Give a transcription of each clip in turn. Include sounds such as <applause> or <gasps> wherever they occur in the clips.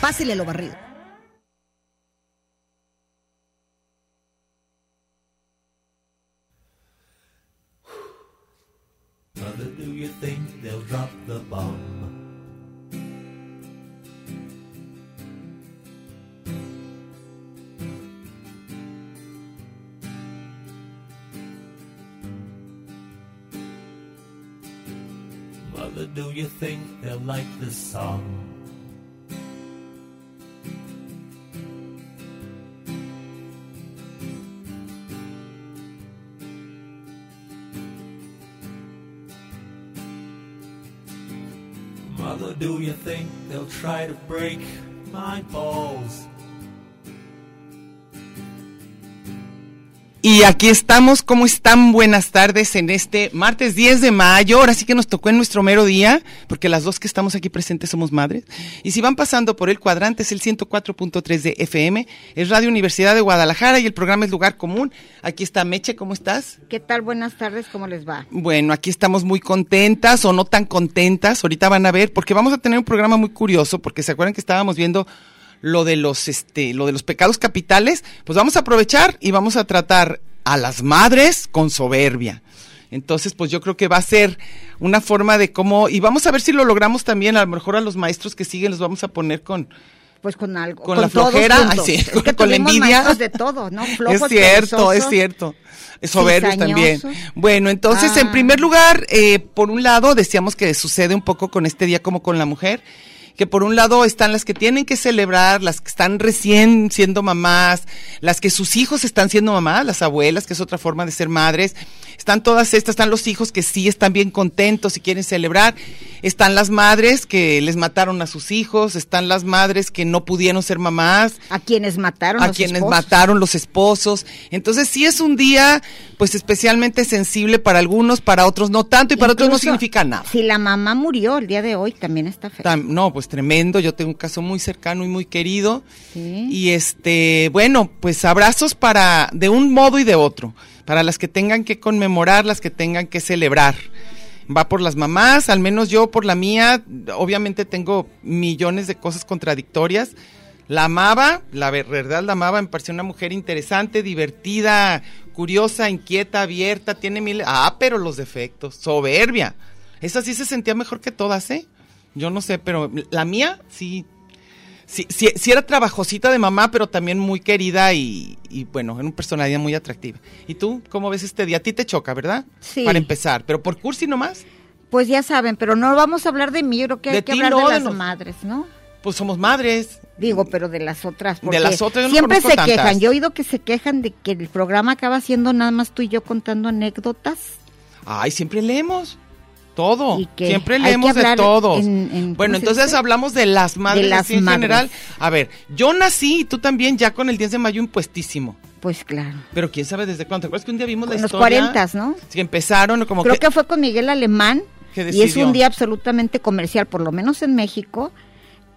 Pásele lo barrido. Mother, do you think they'll drop the bomb? Mother, do you think they'll like this song? Mother, do you think they'll try to break my balls? Y aquí estamos, ¿cómo están? Buenas tardes en este martes 10 de mayo. Ahora sí que nos tocó en nuestro mero día, porque las dos que estamos aquí presentes somos madres. Y si van pasando por el cuadrante, es el 104.3 de FM, es Radio Universidad de Guadalajara y el programa es Lugar Común. Aquí está Meche, ¿cómo estás? ¿Qué tal? Buenas tardes, ¿cómo les va? Bueno, aquí estamos muy contentas o no tan contentas. Ahorita van a ver, porque vamos a tener un programa muy curioso, porque se acuerdan que estábamos viendo lo de los este, lo de los pecados capitales. Pues vamos a aprovechar y vamos a tratar a las madres con soberbia. Entonces, pues yo creo que va a ser una forma de cómo y vamos a ver si lo logramos también. A lo mejor a los maestros que siguen los vamos a poner con Pues con algo. Con la todos flojera, juntos. ay, sí, Es que con la tuvimos envidia. maestros de todo, ¿no? es Flojos, cierto, es perezosos. cierto. Es Soberbios también. Cizañosos. Bueno, entonces, en Ah. primer lugar, eh, por un lado, decíamos que sucede un poco con este día como con la mujer, que por un lado están las que tienen que celebrar, las que están recién siendo mamás, las que sus hijos están siendo mamás, las abuelas, que es otra forma de ser madres. Están todas estas, están los hijos que sí están bien contentos y quieren celebrar. Están las madres que les mataron a sus hijos, están las madres que no pudieron ser mamás, A quienes mataron a los quienes esposos. mataron los esposos. Entonces sí es un día pues especialmente sensible para algunos, para otros no tanto y para otros no Incluso, significa nada. Si la mamá murió el día de hoy, también está feo. Tam- No, pues tremendo, yo tengo un caso muy cercano y muy querido. Sí. Y este, bueno, pues abrazos para de un modo y de otro, para las que tengan que conmemorar, las que tengan que celebrar. Va por las mamás, al menos yo por la mía, obviamente tengo millones de cosas contradictorias. La amaba, la ver- verdad la amaba, me pareció una mujer interesante, divertida, curiosa, inquieta, abierta, tiene mil... Ah, pero los defectos, soberbia. Esa sí se sentía mejor que todas, ¿eh? Yo no sé, pero la mía sí Sí, sí, sí era trabajosita de mamá, pero también muy querida y, y, bueno, era una personalidad muy atractiva. ¿Y tú cómo ves este día? A ti te choca, ¿verdad? Sí. Para empezar, pero por cursi nomás, Pues ya saben, pero no vamos a hablar de mí, yo creo que hay De que ti hablar no, de de las los- madres, ¿no? pues somos madres. Digo, pero de las otras. Porque las otras yo no siempre conozco se tantas. quejan. Yo he oído que se quejan de que el programa acaba siendo nada más tú y yo contando anécdotas. Ay, siempre leemos todo. ¿Y qué? Siempre Hay que leemos de hablar todos. en- bueno, en- ¿cómo se entonces dice? hablamos de las madres De las así en madres. general. A ver, yo nací y tú también ya con el 10 de mayo impuestísimo. Pues claro. Pero quién sabe desde cuándo. ¿Te acuerdas que un día vimos la En los historia? 40, ¿no? Sí, empezaron como Creo que fue con Miguel Alemán que y es decidió. un día absolutamente comercial, por lo menos en México,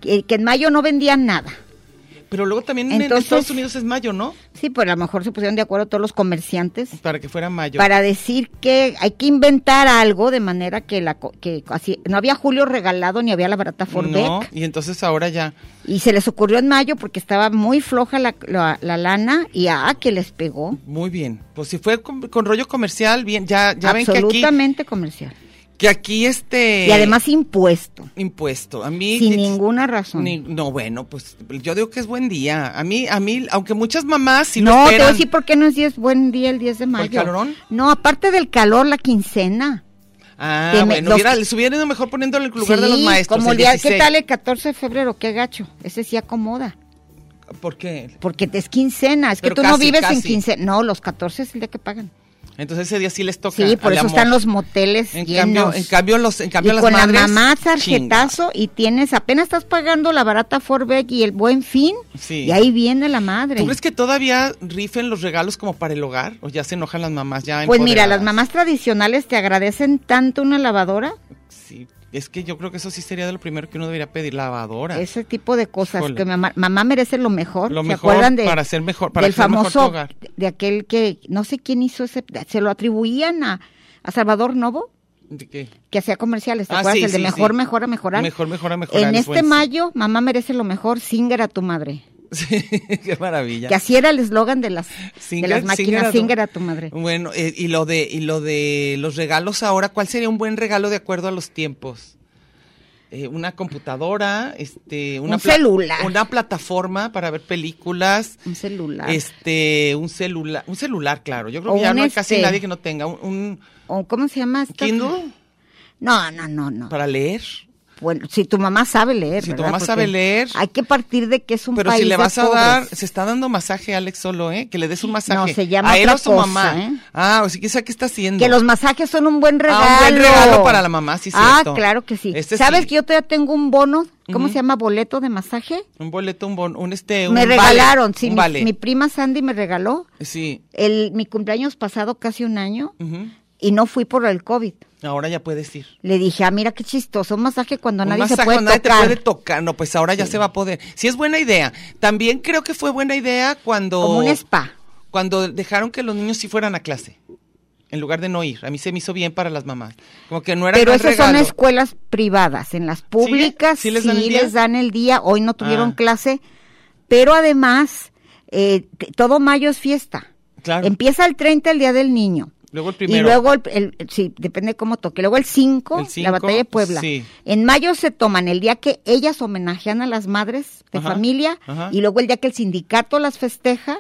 que, que en mayo no vendían nada. Pero luego también en Entonces- Estados Unidos es mayo, ¿no? Sí, pues a lo mejor se pusieron de acuerdo todos los comerciantes Para que fuera mayo. para decir que hay que inventar algo de manera que la co- que así no había Julio regalado ni había la barata Forbeck No, y entonces ahora ya. y se les ocurrió en mayo porque estaba muy floja la, la- la lana y ah que les pegó Muy bien. Pues si fue con, con rollo comercial, bien, ya, ya ven que aquí, absolutamente comercial que aquí este y además impuesto impuesto. A mí sin ninguna razón ni- no, bueno, pues yo digo que es buen día. A mí, a mí, aunque muchas mamás sí lo no, te voy a esperan. decir por qué no es 10, buen día el 10 de mayo. calorón? No, aparte del calor, la quincena. Ah, Que me- bueno, los- hubiera, les hubiera ido mejor poniéndole en el lugar de los Sí, maestros. Como el el día, 16. ¿Qué tal el 14 de febrero? Qué gacho. Ese sí acomoda. ¿Por qué? Porque te es quincena. Es que Pero tú no casi, vives en casi. quincena. No, los 14 es el día que pagan. Entonces ese día sí les toca. Sí, por al eso amor. están los moteles En llenos. cambio, en cambio, los, en cambio y las con madres. la mamá chinga. tarjetazo y tienes, apenas estás pagando la barata Forbeck y el buen fin, Sí. y ahí viene la madre. ¿Tú crees que todavía rifen los regalos como para el hogar? ¿O ya se enojan las mamás? Ya Pues mira, empoderadas? las mamás tradicionales te agradecen tanto una lavadora, Sí, es que yo creo que eso sí sería de lo primero que uno debería pedir, lavadora. ese tipo de cosas, Híjole. que mamá, mamá merece lo mejor. Lo ¿Se mejor acuerdan de, para ser mejor- para del hacer mejor tu famoso, hogar? de aquel que, no sé quién hizo ese, se lo atribuían a, a Salvador Novo, ¿De qué? que hacía comerciales, ¿te Ah, acuerdas? sí, el de sí, mejor, sí. mejora, mejorar. Mejor, mejora, mejorar, En es este buenísimo. mayo, mamá merece lo mejor, Singer a tu madre. Sí, <laughs> qué maravilla. Que así era el eslogan de las, de Singer- Singer las a máquinas, tu- Singer a tu madre. Bueno, eh, y lo de y lo de los regalos ahora, ¿cuál sería un buen regalo de acuerdo a los tiempos? Eh, una computadora, este, una Un pla- celular. una plataforma para ver películas, Un celular. este, un celular, un celular, claro. Yo creo O que ya un no hay casi este- nadie que no tenga un, un ¿O ¿Cómo se llama? esta? Kindle No, no, no, no. para leer. Bueno, si tu mamá sabe leer, Si tu ¿verdad? mamá sabe leer. Hay que partir de que es un Pero país si le de vas a pobres. dar, se está dando masaje a Alex solo, ¿eh? Que le des un masaje. se llama a él otra o su cosa, mamá. ¿eh? Ah, o sea, quizá qué está haciendo. Que los masajes son un buen regalo. Ah, un buen regalo para la mamá, sí, Ah, cierto. claro que sí. Este ¿Sabes sí. que yo todavía tengo un bono? ¿Cómo Ujú. se llama? ¿Boleto de masaje? Un boleto, un bon, un este, un me vale, regalaron, sí. un mi, vale. mi prima Sandy me regaló Sí. el, mi cumpleaños pasado casi un año ujú. y no fui por el COVID. Ahora ya puedes ir. Le dije, ah, mira qué chistoso, un masaje cuando Un nadie se masaje, puede nadie te tocar. puede tocar. No, pues ahora ya se va a poder. Sí, es buena idea. También creo que fue buena idea cuando. Como un spa. Cuando dejaron que los niños sí fueran a clase. En lugar de no ir. A mí se me hizo bien para las mamás. Como que no era Pero gran esas son regalo. escuelas privadas. En las públicas sí, ¿Sí les dan el día? les dan el día. Hoy no tuvieron Ah. clase. Pero además, eh, t- todo mayo es fiesta. Claro. Empieza el 30, el Día del Niño. Luego el primero. Y luego, el, el- sí, depende cómo toque. Luego el 5, El la cinco, batalla de Puebla. sí. En mayo se toman el día que ellas homenajean a las madres de Ajá, familia ajá. y luego el día que el sindicato las festeja.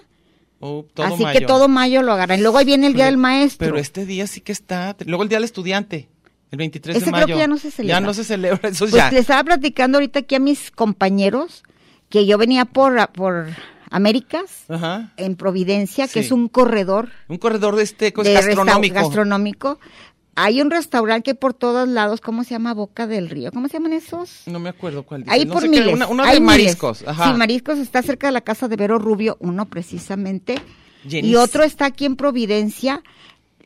Oh, todo Así que mayo. todo mayo lo agarran. Luego ahí viene el Día del Maestro. Pero este día sí que está. Luego el día del estudiante, el 23 Ese de creo mayo. que ya no se celebra. Ya no se celebra, eso Pues ya. le estaba platicando ahorita aquí a mis compañeros que yo venía por, por Américas, Ajá. en Providencia, que Sí. es un corredor Un corredor de este de cos- resta- gastronómico. gastronómico. Hay un restaurante que hay por todos lados, ¿cómo se llama? Boca del Río. ¿Cómo se llaman esos? No me acuerdo cuál dice. Ahí no por sé qué, miles. una- uno hay de miles. mariscos. Ajá. Sí, mariscos está cerca de la casa de Vero Rubio, uno precisamente. Y Llenísimo. otro está aquí en Providencia.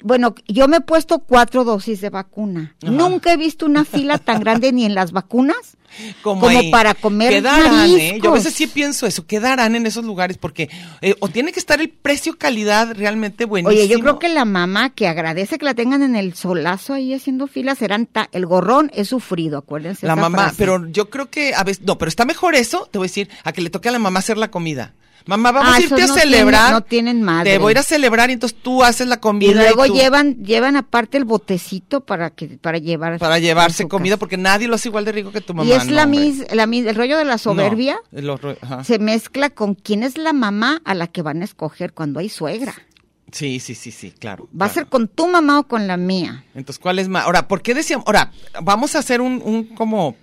Bueno, yo me he puesto cuatro dosis de vacuna. Ajá. Nunca he visto una fila tan grande ni en <laughs> las vacunas. como, como ahí. para comer Quedarán, ¿eh? Yo a mariscos. veces sí pienso eso, quedarán en esos lugares porque eh, o tiene que estar el precio calidad realmente buenísimo. Oye, yo creo que la mamá que agradece que la tengan en el solazo ahí haciendo filas, serán ta- el gorrón es sufrido, acuérdense. la esa mamá, frase. pero yo creo que a veces no, pero está mejor eso, te voy a decir, a que le toque a la mamá hacer la comida. Mamá, vamos Ah, a eso irte a no tiene- celebrar. no tienen madre. Te voy a ir a celebrar y entonces tú haces la y comida. luego tú- llevan llevan aparte el botecito para que para llevar para a llevarse su comida casa. porque nadie lo hace igual de rico que tu mamá. y es la, no, hombre. mis, la mis- el rollo de la soberbia No, Ah. el horror, ajá. se mezcla con quién es la mamá a la que van a escoger cuando hay suegra. Sí, sí, sí, sí, claro. Va a claro. ser con tu mamá o con la mía. Entonces, ¿cuál es más? Ahora, ¿por qué decíamos? Ahora, vamos a hacer un, un como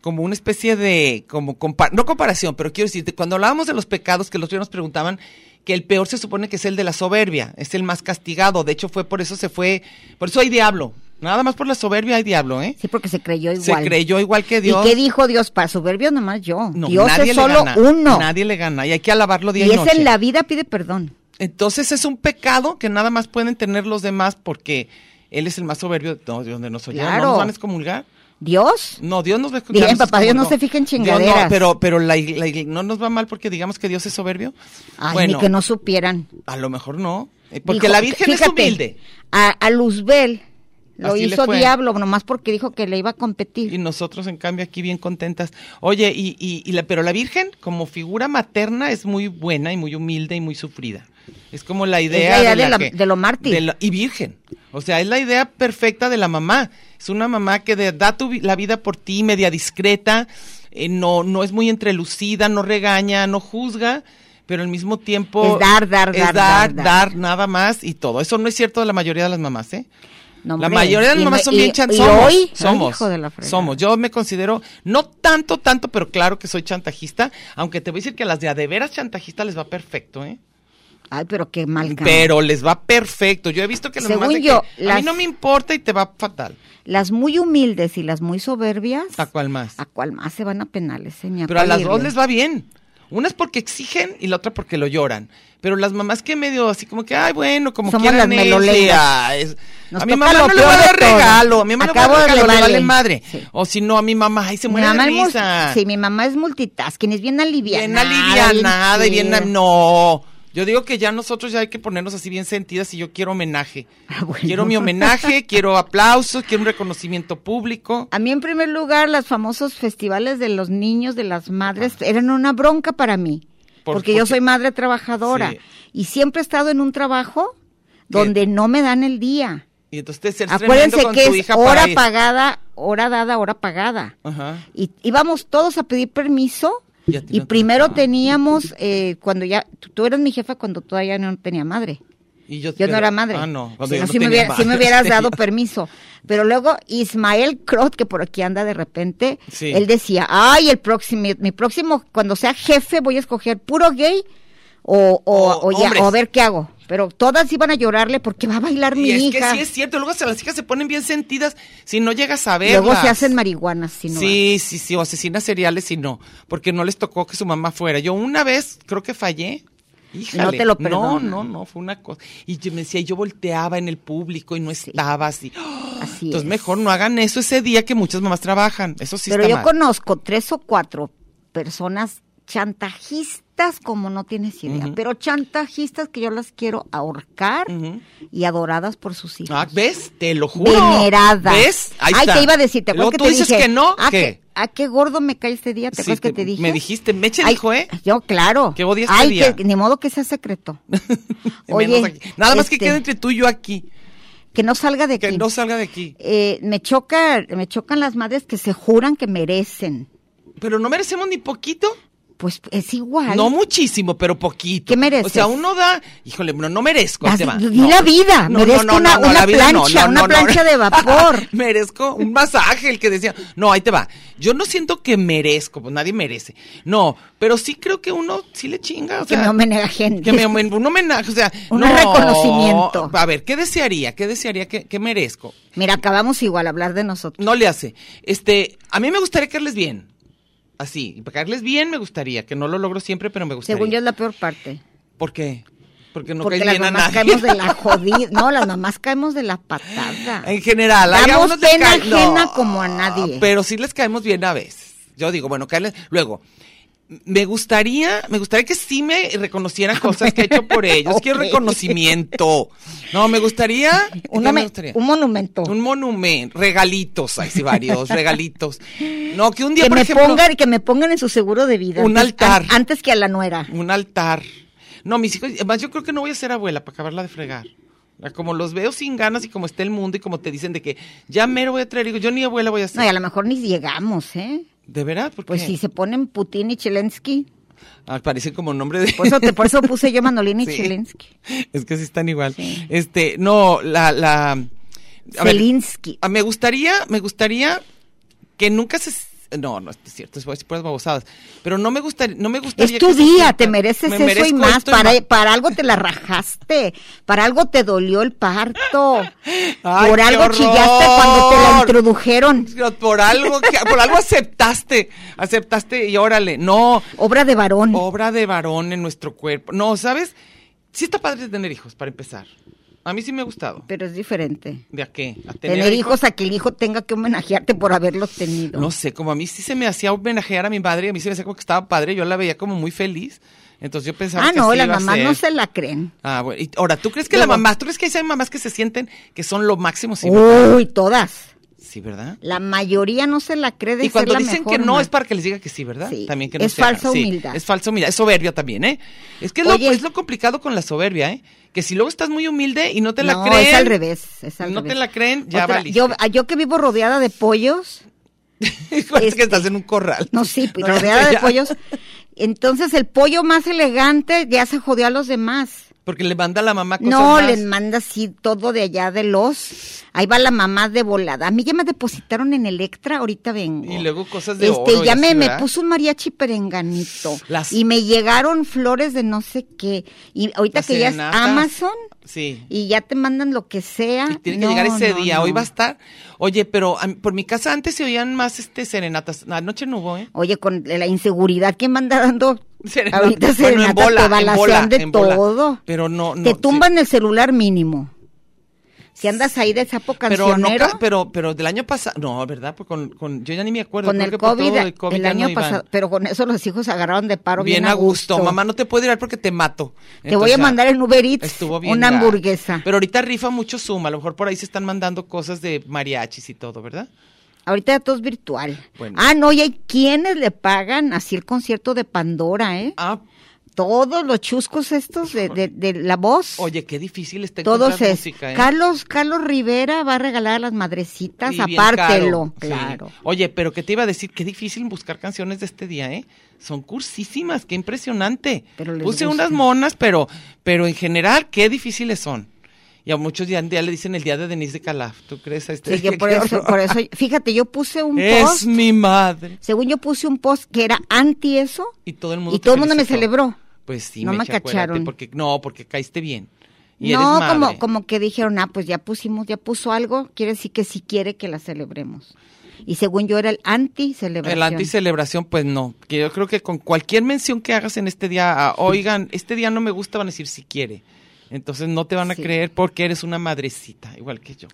como una especie de como compa- no comparación, pero quiero decirte, cuando hablábamos de los pecados que los otros nos preguntaban que el peor se supone que es el de la soberbia, es el más castigado, de hecho fue por eso se fue, por eso hay diablo. Nada más por la soberbia hay diablo, ¿eh? Sí, porque se creyó igual. Se creyó igual que Dios. ¿Y qué dijo Dios? Para soberbio nomás yo. No, Dios nadie es le solo gana, uno. Nadie le gana y hay que alabarlo día Y y, es noche. en la vida pide perdón. Entonces es un pecado que nada más pueden tener los demás porque él es el más soberbio. No, Dios de nosotros. ya, Claro. ¿No nos van a excomulgar? Dios. No, Dios nos va a Bien, excomulgar. papá, Dios no excomulgó. se fija en Dios chingaderas. no, pero pero la, ig- la ig- no nos va mal porque digamos que Dios es soberbio. Ay, bueno, ni que no supieran. a lo mejor no. eh, Porque Dijo- la Virgen es fíjate, humilde. A, a Luzbel lo Así le hizo fue. diablo, nomás porque dijo que le iba a competir. Y nosotros, en cambio, aquí bien contentas. Oye, y, y, y la, pero la Virgen, como figura materna, es muy buena y muy humilde y muy sufrida. Es como la idea, idea de la- que- de lo mártir. de la- y virgen. O sea, es la idea perfecta de la mamá. Es una mamá que de- da tu vi- la vida por ti, media discreta, eh, no, no es muy entrelucida, no regaña, no juzga. Pero al mismo tiempo. Es dar, dar, es dar, dar, dar, dar, nada más y todo. Eso no es cierto de la mayoría de las mamás, ¿eh? No, la hombre. mayoría de las Y mamás me- son y- bien chan- y somos, hoy, somos, hijo de la fregada. somos. Yo me considero, no tanto, tanto, pero claro que soy chantajista, aunque te voy a decir que a las de a de veras chantajistas les va perfecto, ¿eh? Ay, pero qué mal. cabrón. Pero les va perfecto. Yo he visto que las Según mamás de yo, que, a mí las- no me importa y te va fatal. Las muy humildes y las muy soberbias, ¿A cuál más? ¿a cuál más se van a penales? eh? Ni Pero a cuál las irle. dos les va bien. Una es porque exigen y la otra porque lo lloran. Pero las mamás que medio así como que, ay, bueno, como Somos quieran las él, melolengas. sí, ay, es- Nos a mi toca mamá lo no le va a peor de dar todo. regalo, a mi mamá no le va a Acabo dar de regalo, le vale vale. madre. Sí. O si no, a mi mamá, ay, se Mi muere de mamá es mul- risa. Sí, mi mamá es multitasking, es bien aliviada. bien alivianada y bien... chida. No, yo digo que ya nosotros ya hay que ponernos así bien sentidas y yo quiero homenaje. Ah, bueno. Quiero <laughs> mi homenaje, quiero aplausos, quiero un reconocimiento público. A mí, en primer lugar, los famosos festivales de los niños, de las madres, eran una bronca para mí. Ah. Por- porque yo porque- soy madre trabajadora. Sí. Y siempre he estado en un trabajo donde no me dan el día. Y entonces ser tremendo Acuérdense con tu que es hija hora para ir. pagada, hora dada, hora pagada. Ajá. Y íbamos todos a pedir permiso. Y a ti Y no te- primero teníamos, eh, cuando ya, tú, tú eras mi jefa cuando todavía no tenía madre. Y Yo no era madre. Ah, no. cuando Si yo no, no sí me, tenía hubiera- sí me madre. hubieras dado permiso. Pero luego Ismael Crot, que por aquí anda de repente, Sí. él decía, ay, el próximo, mi, mi próximo, cuando sea jefe voy a escoger puro gay o, o, O o ya, hombres. o a ver qué hago. Pero todas iban a llorarle porque va a bailar mi Y es hija. que sí es cierto. Luego se- las hijas se ponen bien sentidas si no llegas a verlas. luego se hacen marihuanas, si no. Sí, sí, sí, o asesinas seriales si no, porque no les tocó que su mamá fuera. Yo una vez creo que fallé. Híjale, No te lo No, perdonan. no, no, fue una cosa. Y yo me decía, yo volteaba en el público y no estaba así. Así Entonces es. mejor no hagan eso ese día que muchas mamás trabajan. Eso sí Pero está yo mal. conozco tres o cuatro personas chantajistas como no tienes idea, Ujú. pero chantajistas que yo las quiero ahorcar Ujú. y adoradas por sus hijos. Ah, ¿Ves? Te lo juro. veneradas. ¿Ves? Ahí Ay, está. te iba a decir, ¿te acuerdas Luego que tú te dices dije? Ah, que no, ¿A ¿qué? qué, a qué gordo me cae este día? ¿Te Sí, acuerdas que te- te dije? me dijiste, me echa el Ay, hijo, <laughs> ¿eh? Yo, claro. Que odia este Ay, día. que- ni modo que sea secreto. Oye, Menos aquí. Nada más que este, quede entre tú y yo aquí. Que no salga de Que aquí. no salga de aquí. Eh, me choca, me chocan las madres que se juran que merecen. Pero no merecemos ni poquito. Pues es igual. No muchísimo, pero poquito. ¿Qué mereces? O sea, uno da, híjole, no, no merezco. ahí Das- te va. di No. la vida, merezco una- una la vida plancha, una plancha <laughs> de vapor. merezco un masaje, el que decía. No, ahí te va. Yo no siento que merezco, pues nadie merece. No, pero sí creo que uno sí le chinga. O que sea, me homenea gente. que me homen- un homenaje, o sea, <laughs> Un no. reconocimiento. A ver, ¿qué desearía? ¿Qué desearía que, que merezco? Mira, acabamos igual a hablar de nosotros. No le hace. Este, a mí me gustaría caerles bien. Así, y para caerles bien me gustaría, que no lo logro siempre, pero me gustaría. Según yo es la peor parte. ¿Por qué? Porque no porque caes las bien a mamás nadie. caemos de la jodida. No, las mamás caemos de la patada. <laughs> En general, hay Damos a unos les pena cae- ajena como a nadie. Pero sí les caemos bien a veces. Yo digo, bueno, caerles. Luego, me gustaría, me gustaría que sí me <laughs> reconocieran cosas que he hecho por ellos. Quiero Ok. reconocimiento. No, me gustaría. Un, ¿qué me momen- gustaría? un monumento. Un monumento, regalitos, hay sí, <laughs> varios regalitos. No, que un día, que por me ejemplo, pongan que me pongan en su seguro de vida. Un antes- altar. an- antes que a la nuera. un altar. No, mis hijos, además yo creo que no voy a ser abuela para acabarla de fregar. Ya Como los veo sin ganas y como está el mundo y como te dicen de que ya mero voy a traer, digo, yo ni abuela voy a ser. No, y a lo mejor ni llegamos, ¿eh? ¿De verdad? ¿Por Pues qué? si se ponen Putin y Chelensky. Ah, parecen como nombre de... Por eso, te- por eso puse yo Manolín y Sí. Chelensky. <laughs> es que sí están igual. Este, no, la... la a ver, Ah, Zelinsky. a- me gustaría, me gustaría que nunca se... No, no, es cierto, es voy a decir puras babosadas. Pero no me gustaría, no me gustaría... Es tu que se día, sienta- te mereces Me eso y merezco más. esto Para, más. para algo te la rajaste, para algo te dolió el parto, Ay, por qué algo horror. chillaste cuando te la introdujeron. Por algo, que- por algo aceptaste, aceptaste y órale. No, Obra de varón. obra de varón en nuestro cuerpo. No, ¿sabes? Sí está padre tener hijos, para empezar. A mí sí me ha gustado. Pero es diferente. ¿De a qué? ¿A Tener, hijos a que el hijo tenga que homenajearte por haberlos tenido. No sé, como a mí sí se me hacía homenajear a mi madre, a mí se me hacía como que estaba padre, yo la veía como muy feliz. Entonces yo pensaba ah, que no, así las iba a mamás no ser. se la creen. Ah, bueno. Y ahora, ¿tú crees que Luego- la mamá, tú crees que hay mamás que se sienten que son lo máximo? Sí, Uy, todas. sí ¿verdad? La mayoría no se la cree de Y cuando ser la dicen mejor que no ma- es para que les diga que sí, ¿verdad? Sí, También que no es se hagan. falsa Sí, humildad. es falsa humildad, es soberbia también, ¿eh? Es que es lo, Oye. es lo complicado con la soberbia, ¿eh? Que si luego estás muy humilde y no te la no, creen. es <laughs> al revés. es al no te revés. la creen, ya Otra- valiste. yo, ah, yo que vivo rodeada de pollos, Parece que estás en un corral. <laughs> No, sí, pero No, rodeada ya. de pollos. Entonces el pollo más elegante ya se jodió a los demás. Porque le manda a la mamá cosas No, más. les manda así todo de allá de los. Ahí va la mamá de volada. A mí ya me depositaron en Electra, ahorita vengo. Y luego cosas de Este, oro y ya así, me, me ¿verdad? puso un mariachi perenganito. Las- Y me llegaron flores de no sé qué. Y ahorita Las que ya es serenatas. Amazon Sí. y ya te mandan lo que sea. Y tiene que No, llegar ese no, día. Hoy no. va a estar. Oye, pero a mí- por mi casa antes se oían más este serenatas. Anoche no hubo, ¿eh? <laughs> Oye, con la inseguridad que me anda dando. Serenata. Ahorita Bueno, en serenata, bola, te en bola, balacean de en bola. todo. Pero no, no. te sí. tumban el celular mínimo. Si andas ahí de sapo Pero, no, cancionero. ca- pero, pero del año pasado. No, ¿verdad? Pues con, con- yo ya ni me acuerdo. con creo el que por todo COVID, lo del COVID el ya año no iban. pasado, pero con eso los hijos agarraron de paro Bien, a gusto. Mamá, no te puedo ir porque te mato. Te voy a mandar en Uber Eats Estuvo bien. una grave. hamburguesa. Pero ahorita rifa mucho Zoom. A lo mejor por ahí se están mandando cosas de mariachis y todo, ¿verdad? Ahorita ya todo es virtual. Bueno. Ah, no, y hay quienes le pagan así el concierto de Pandora, ¿eh? Ah, Todos los chuscos estos de, de- de la voz. oye, qué difícil está todos encontrar es. música, ¿eh? Carlos, Carlos Rivera va a regalar a las madrecitas, Y bien apártelo. caro, sí. <laughs> Claro. Oye, pero que te iba a decir, qué difícil buscar canciones de este día, ¿eh? Son cursísimas, qué impresionante. Pero les Puse gusta. unas monas, pero, pero en general, qué difíciles son. Y a muchos ya, ya le dicen el día de Denise de Calaf. ¿Tú crees a este? Sí, <laughs> yo por eso, por eso, fíjate, yo puse un es post, mi madre. según yo puse un post que era anti eso, Y todo el mundo y te todo el mundo me felicitó. celebró. Pues sí, No me Meche, acuérdate, cacharon. Porque, no, porque caíste bien. Y no, eres como, madre. como que dijeron, ah, pues ya pusimos, ya puso algo, quiere decir que sí quiere que la celebremos. Y según yo era el anti-celebración. El anticelebración, pues no. Que yo creo que con cualquier mención que hagas en este día, a, oigan, este día no me gusta, van a decir si quiere. Entonces no te van a Sí. creer porque eres una madrecita, igual que yo.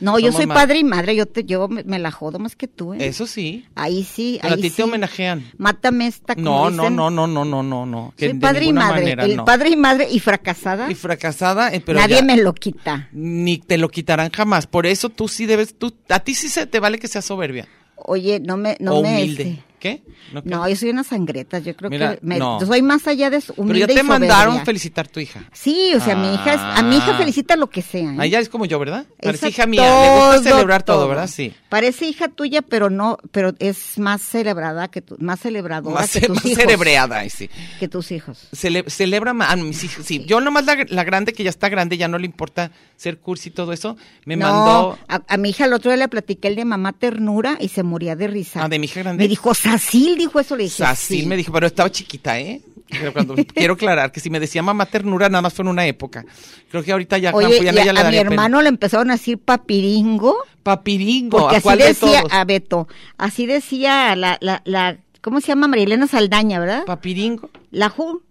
no, yo somos soy madre. padre y madre, yo, te, yo me, me la jodo más que tú, ¿eh? Eso sí. Ahí sí, Pero ahí a ti sí. te homenajean. Mátame esta, No, como no, dicen. no, no, no, no, no, no. Que Soy de padre y ninguna madre, manera, el no. padre y madre y fracasada, Y fracasada, eh, pero nadie ya, me lo quita. ni te lo quitarán jamás. Por eso tú sí debes, tú, a ti sí se te vale que seas soberbia Oye, no me, no o me, humilde. este, ¿Qué? ¿No qué? no, yo soy una sangreta, yo creo Mira, que me- no. yo soy más allá de su- pero humilde ya y te mandaron soberbia. felicitar tu hija. Sí, o sea, mi hija es, a mi hija Ah. felicita lo que sea. ¿eh? Ah, ya es como yo, ¿verdad? Parece Esa hija mía, le gusta todo, celebrar todo, ¿verdad? Sí. Parece hija tuya, pero no, pero es más celebrada que tu, más celebradora Más, que ce- tus más hijos. cerebreada, ay, sí. Que tus hijos. Cele- celebra más. ah, no, mis hijos, sí. Yo nomás la, la grande, que ya está grande, ya no le importa ser cursi y todo eso, me no, mandó. a, a mi hija el otro día le platiqué el de mamá ternura y se moría de risa. Ah, de mi hija grande. Me dijo, Sacil dijo eso, le dije. Sacil "Sí". me dijo, pero estaba chiquita, ¿eh? Pero cuando- <laughs> quiero aclarar que si me decía mamá ternura, nada más fue en una época. Creo que ahorita ya, Oye, ya, y no- a, ya le a mi daría pena. hermano le empezaron a decir papiringo, Papiringo, porque ¿a cuál así de decía todos? a Beto, así decía la, la, la, ¿cómo se llama? Marilena Saldaña, ¿verdad? Papiringo. la Ju,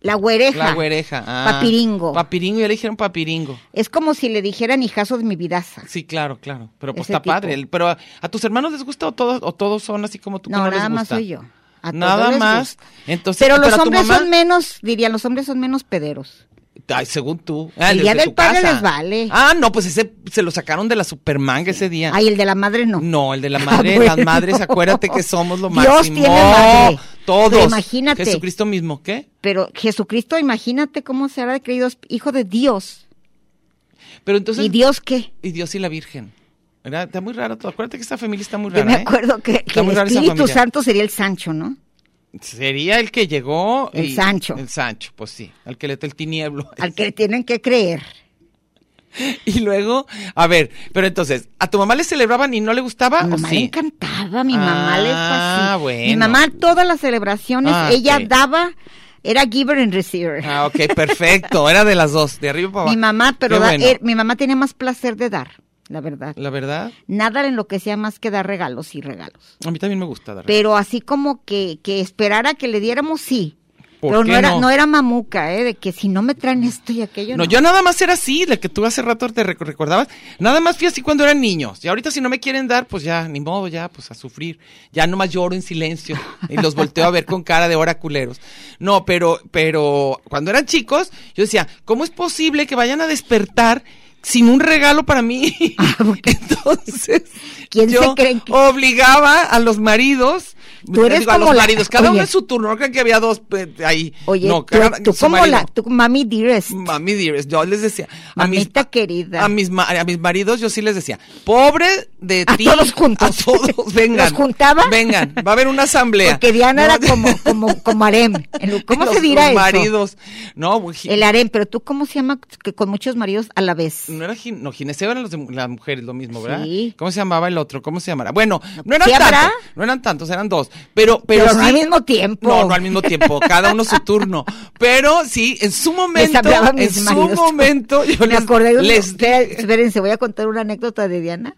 la güereja. La güereja. ah. Papiringo. Papiringo, ya le dijeron papiringo. Es como si le dijeran hijazo de mi vidaza. Sí, claro, claro. Pero pues Ese está tipo. padre. El- Pero a, a tus hermanos les gusta o todos o todos son así como tú. que No, les nada más gusta? soy yo. A todos nada les más. gusta. Entonces, Pero ¿y los a tu hombres mamá? son menos, dirían, los hombres son menos pederos. Ay, según tú. Ah, El desde Día del tu Padre les vale. Ah, no, pues ese se lo sacaron de la supermanga ese día. Ay, el de la madre no. No, el de la madre, <laughs> Ah, las bueno. madres, acuérdate que somos lo Dios máximo. tiene madre. Todos. Pero imagínate. Jesucristo mismo, ¿qué? Pero Jesucristo, imagínate cómo se hará de creído hijo de Dios. Pero entonces. ¿Y Dios qué? y Dios y la Virgen. Era- Está muy raro todo. Acuérdate que esta familia está muy Yo rara. me ¿eh? acuerdo que, que Está muy el rara esa Espíritu familia. Santo sería el Sancho, ¿no? Sería el que llegó. El y- Sancho. El Sancho, pues sí. Al que le dio el tinieblo. Al que le tienen que creer. <laughs> Y luego, a ver, pero entonces, ¿a tu mamá le celebraban y no le gustaba? Mi ¿O mamá le Ah, sí? encantaba, mi mamá le Ah, fascinaba. Mi bueno. mamá todas las celebraciones, Ah, ella ok. daba, era giver and receiver. Ah, ok, perfecto. Era de las dos, de arriba para abajo. Mi mamá, pero Qué da- bueno. er- mi mamá tenía más placer de dar, la verdad. La verdad, Nada en lo que sea más que dar regalos y regalos. a mí también me gusta dar. Pero así como que, que esperara que le diéramos, sí. ¿Por Pero qué no era, no? no era mamuca, ¿eh? De que si no me traen esto y aquello. no, yo nada más era así, la que tú hace rato te rec- recordabas. Nada más fui así cuando eran niños. Y ahorita si no me quieren dar, pues ya, ni modo, ya, pues a sufrir. Ya nomás lloro en silencio y los volteo a ver con cara de hora culeros. No, pero, pero cuando eran chicos, yo decía, ¿cómo es posible que vayan a despertar sin un regalo para mí? <laughs> Entonces, Ah, ¿Quién se yo creen que- obligaba a los maridos Tú eres digo, a como los la- maridos, cada uno oye. en su turno, no crean que había dos eh, ahí. Oye, no, tú, cada- tú su como marido. la, tú, mami dearest, Mami dearest, yo les decía. a mis- mamita querida. A mis, ma- a mis maridos yo sí les decía, pobre de A ti. todos juntos. A <laughs> todos, vengan. ¿Los juntaba? Vengan, va a haber una asamblea. porque Diana No, era <laughs> como, como, como harem. El- ¿Cómo los- se dirá los eso? maridos. No, güey, El harem, pero tú cómo se llama que con muchos maridos a la vez. no era gin- no, gineceo eran los de mu- las mujeres lo mismo, ¿verdad? Sí. ¿Cómo se llamaba el otro? ¿Cómo se llamará? Bueno, no eran ¿Sí habrá? tantos, no eran tantos, eran dos, pero pero, pero no sí- al mismo tiempo. No, no al mismo tiempo, cada uno su turno. Pero sí, en <laughs> su momento, hablaba a mis en su maridos. <laughs> momento, yo me les, acordé de un- les- espera- espérense, voy a contar una anécdota de Diana.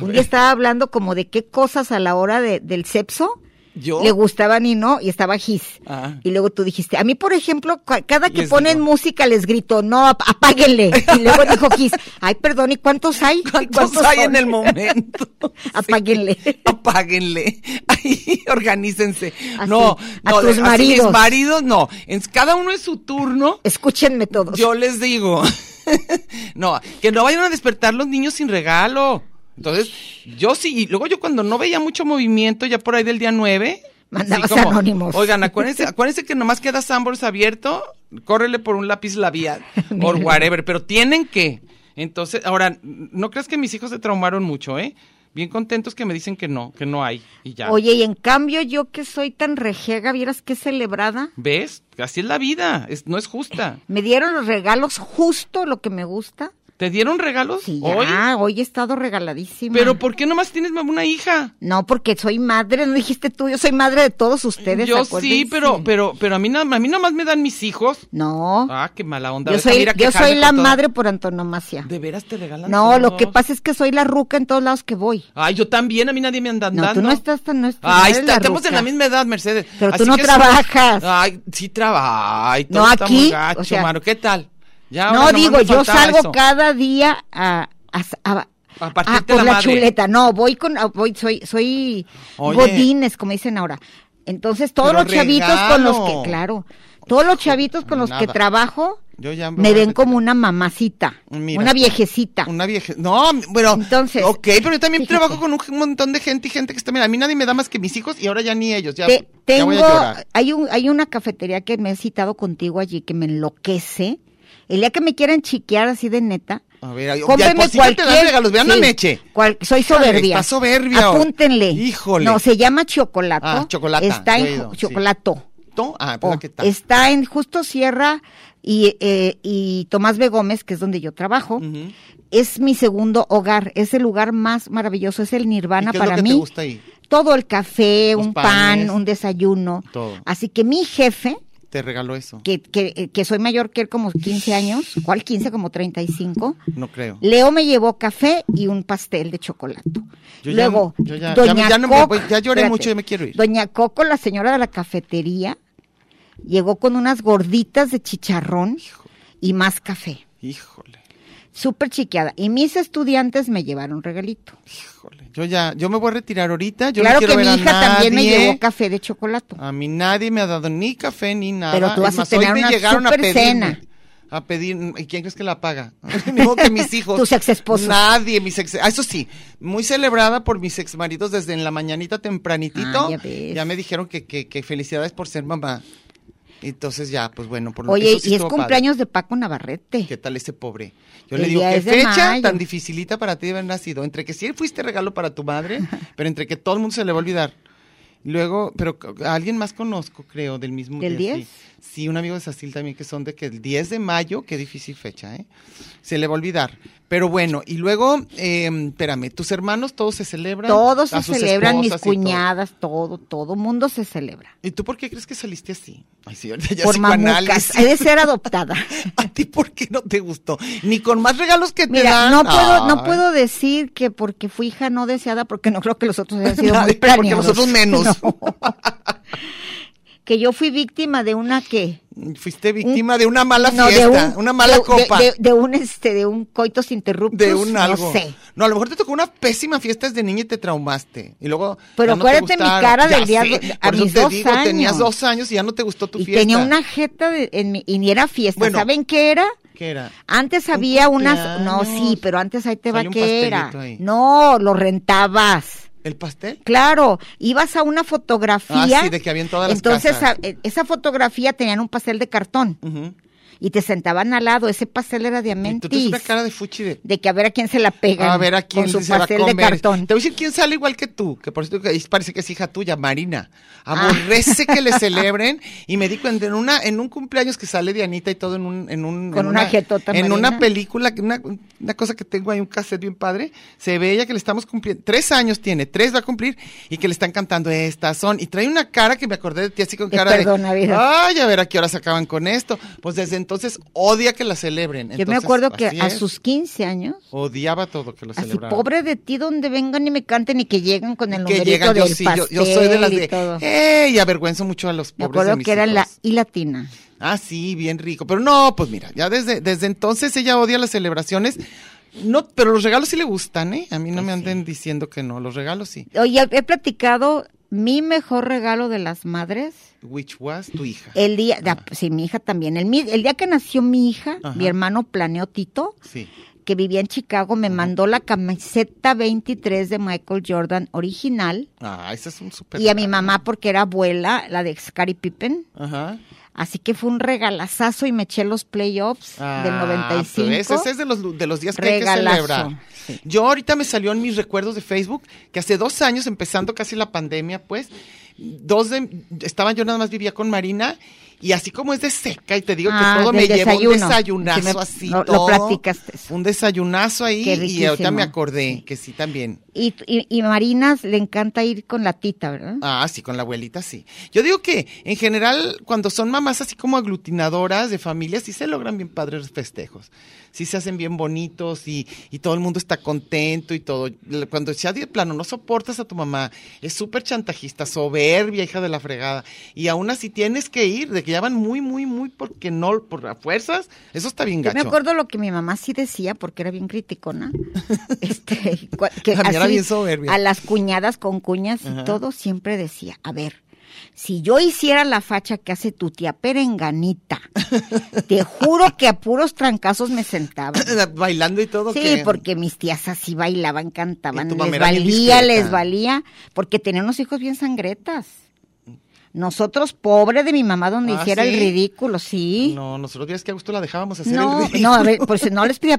Un día estaba hablando como de qué cosas a la hora de- del sexo yo le gustaban y no, y estaba his. Ah. Y luego tú dijiste, a mí, por ejemplo, cua- cada que Les ponen digo. música les grito, no, ap- apáguenle. Y <laughs> luego dijo his, ay, perdón, ¿y cuántos hay? <laughs> ¿Y ¿Cuántos, hay son?" en el momento? <laughs> Apáguenle. Apáguenle. <laughs> Ahí, organícense. Así, no, a no, tus así, maridos. mis maridos, no. En, cada uno es su turno. Escúchenme todos. Yo les digo. <laughs> no, que no vayan a despertar los niños sin regalo. Entonces, yo sí, y luego yo cuando no veía mucho movimiento, ya por ahí del día 9. Mandabas anónimos. Oigan, <laughs> acuérdense, acuérdense que nomás queda Sambors abierto, córrele por un lápiz <laughs> labial, o whatever, pero tienen que. Entonces, ahora, no creas que mis hijos se traumaron mucho, ¿eh? Bien contentos que me dicen que no, que no hay, y ya. Oye, y en cambio yo que soy tan rejega, vieras qué celebrada. ¿Ves? Así es la vida, es- no es justa. Me dieron los regalos justo lo que me gusta. ¿Te dieron regalos Sí, hoy? ya, hoy he estado regaladísima. Pero ¿por qué nomás tienes mam- una hija? No, porque soy madre, no dijiste tú, yo soy madre de todos ustedes. yo acuérdense. sí, pero, pero, pero a mí nada, a mí nomás me dan mis hijos. No, Ah, qué mala onda. yo deja soy, ir a yo quejarme soy la con toda- madre por antonomasia. ¿De veras te regalan? No, lo todos? que pasa es que soy la ruca en todos lados que voy. Ay, yo también, a mí nadie me anda No, andando. tú no estás tan... No estás, no Ay, eres está- estamos ruca. en la misma edad, Mercedes. Pero tú no que soy- trabajas. Ay, sí trabajo. Ay, todo No, está aquí, muy gacho, o sea- mano. ¿Qué tal? Ya, ahora No, nomás digo, Ah, me yo faltaba salgo eso. cada día a... a, a- A partirte a- la por la, madre. chuleta, no, voy con, a- voy, soy, soy Oye. godines, como dicen ahora. Entonces, todos Pero los chavitos con los regalo. que, claro, todos los chavitos con los que nada. trabajo, Yo ya me voy a ven como retirar. una mamacita, Mira. una viejecita. Una vieja. No, bueno. Entonces, Ok, pero yo también fíjate. trabajo con un montón de gente y gente que está. Mira, a mí nadie me da más que mis hijos y ahora ya ni ellos. Ya, Te- ya tengo, voy a llorar. hay, un, hay una cafetería que me he citado contigo allí que me enloquece. El día que me quieran chiquear así de neta, A ver, ay, cómprenme ya, pues, sí que te dan regalos, vean la leche. cual- soy Híjole, soberbia. está soberbia. Apúntenle. Híjole. No, se llama Chocolato. Ah, Chocolata, Está yo he en ido, sí. Chocolato. ¿No? Ah, pues, Oh, ¿qué tal? Está en Justo Sierra y, eh, y Tomás B. Gómez, que es donde yo trabajo. Ujú. Es mi segundo hogar, es el lugar más maravilloso, es el ¿Y nirvana qué es lo para que mí. te gusta ahí? Todo el café, Los un panes. pan, un desayuno. Todo. Así que mi jefe, Te regaló eso. que, que, que soy mayor que él como 15 años, ¿cuál 15? Como 35. No creo. Leo me llevó café y un pastel de chocolate. Yo ya- Luego, yo ya- Doña ya- ya no me Coco- voy, ya lloré mucho, ya me quiero ir. Doña Coco, la señora de la cafetería, llegó con unas gorditas de chicharrón y más café. Híjole, Súper chiqueada. Y mis estudiantes me llevaron regalito. híjole. Yo ya, yo me voy a retirar ahorita. Yo no claro quiero que mi ver a hija también me nadie. llevó café de chocolate. A mí nadie me ha dado ni café ni nada. Pero Es tú vas a más, hoy tener me una llegaron a súper pedirme, cena. A pedir, ¿y quién crees que la paga? <laughs> Digo que mis hijos. Tus exesposos. Nadie, mis ex. ah, Eso sí, muy celebrada por mis exmaridos desde en la mañanita tempranitito. Ah, ya ves. me dijeron que, que, que felicidades por ser mamá. Entonces ya, pues bueno, por lo Oye, eso sí y es estuvo padre. cumpleaños de Paco Navarrete. ¿Qué tal ese pobre? Yo El le digo, día qué es de fecha mayo. tan dificilita para ti de haber nacido. Entre que sí fuiste regalo para tu madre, <laughs> pero entre que todo el mundo se le va a olvidar. Luego, pero c- a alguien más conozco, creo, del mismo ¿Del día, sí. 10? Sí, un amigo de Sacil también, que son de que el 10 de mayo, qué difícil fecha, ¿eh? Se le va a olvidar. Pero bueno, y luego, eh, espérame, tus hermanos todos se celebran. Todos A se sus celebran, mis esposas y todo. cuñadas, todo, todo mundo se celebra. ¿Y tú por qué crees que saliste así? Ay, sí, ahorita ya por mamucas. psicoanálisis. He de ser adoptada. ¿A ti por <laughs> qué no te gustó? Ni con más regalos que te Mira, dan. no puedo, no <laughs> Ay. puedo decir que porque fui hija no deseada, porque no creo que los otros <laughs> hayan sido muy Nadie, planeados. porque nosotros menos. No. <laughs> Que yo fui víctima de una que Fuiste víctima de una mala no, fiesta, de un- una mala de- copa, de, de, de- de un este, de un coitos interruptus, un algo. no sé. No, a lo mejor te tocó una pésima fiesta desde niña y te traumaste. Y luego. Pero ya no te acuérdate mi gustaron. cara Ya del día sé, do- a por eso mis te dos digo, tenías años. dos años y ya no te gustó tu Y fiesta. tenía una jeta de- en mi, y ni era fiesta. Bueno. ¿Saben qué era? ¿Qué era? Antes Un había unas, no, cumpleaños. sí, pero antes ahí te va Sale un que era. pastelito ahí. No, lo rentabas. ¿El pastel? Claro, ibas a una fotografía. Ah, sí, de que había en todas las Entonces, casas. a- eh, esa fotografía tenían un pastel de cartón Ujú. y te sentaban al lado. Ese pastel era de Y tú tienes amentis. una cara de fuchi de... De que a ver a quién se la pega. A ver a quién con su se va a pastel comer. de cartón. Te voy a decir quién sale igual que tú, que por cierto que es- parece que es hija tuya, Marina. Ah. Aborrece que <laughs> le celebren y me di cuenta en una en un cumpleaños que sale Dianita y todo en un en un Con en una jetota, en Marina. una película, que una, una cosa que tengo ahí un cassette bien padre, se ve ella que le estamos cumpliendo tres años tiene, tres va a cumplir y que le están cantando estas son y trae una cara que me acordé de ti así con De cara perdón, de Navidad. ay a ver a qué hora se acaban con esto. Pues desde entonces odia que la celebren. Yo me Entonces, acuerdo que así a es. sus 15 años, odiaba todo que lo así celebraran. pobre de ti, donde vengan y me canten y que llegan con el que numerito llegan yo del sí, yo, pastel yo soy de las y todo. de ¡Ey! avergüenzo mucho a los me pobres de acuerdo mis que era la hijos. y latina. Ah, sí, bien rico. Pero no, pues mira, ya desde, desde entonces ella odia las celebraciones. No, pero los regalos sí le gustan, ¿eh? A mí no me anden diciendo que no, los regalos sí. Oye, he platicado mi mejor regalo de las madres. Which was tu hija. El día, ah, sí, mi hija también. El, mi- el día que nació mi hija, Ajá. mi hermano planeó Tito, Sí. que vivía en Chicago, me mandó la camiseta 23 de Michael Jordan original. Ah, ese es un súper. y a mi regalo. mamá, porque era abuela, la de Scary Pippen. Ajá. Así que fue un regalazazo y me eché los playoffs Ah, del 95. pues Ese es de los, de los días que hay que Regalazo, celebrar. Yo ahorita me salió en mis recuerdos de Facebook que hace dos años, empezando casi la pandemia, pues, dos de, estaba yo nada más vivía con Marina y así como es de seca y te digo Ah, que todo me del llevó un desayuno. desayunazo Sí, me- así. lo- lo todo, platicaste eso. Un desayunazo ahí Qué y ahorita riquísimo. me acordé que sí también. Y, y, y Marina le encanta ir con la tita, ¿verdad? Ah, sí, con la abuelita sí. Yo digo que en general cuando son mamás así como aglutinadoras de familias sí se logran bien padres festejos. Sí se hacen bien bonitos y, y todo el mundo está contento y todo. Le- Cuando ya de plano no soportas a tu mamá, es súper chantajista, soberbia, hija de la fregada. Y aún así tienes que ir, de que ya van muy, muy, muy porque no, por las fuerzas, eso está bien Yo gacho. me acuerdo lo que mi mamá sí decía, porque era <laughs> bien criticona. este, cua- que La mía era así, bien soberbia. A las cuñadas con cuñas y todo, siempre decía, a ver, si yo hiciera la facha que hace tu tía perenganita, te juro que a puros trancazos me <coughs> sentaba. <coughs> Bailando y todo. Sí, que- porque mis tías así bailaban, Y cantaban, tu mamá les era bien valía, discreta. les valía, porque tenían unos hijos bien sangretas. Nosotros, pobre de mi mamá, donde Ah, hiciera ¿sí? el ridículo, sí. No, nosotros días que a gusto la dejábamos hacer No, el no, a ver, ridículo. pues no les pedía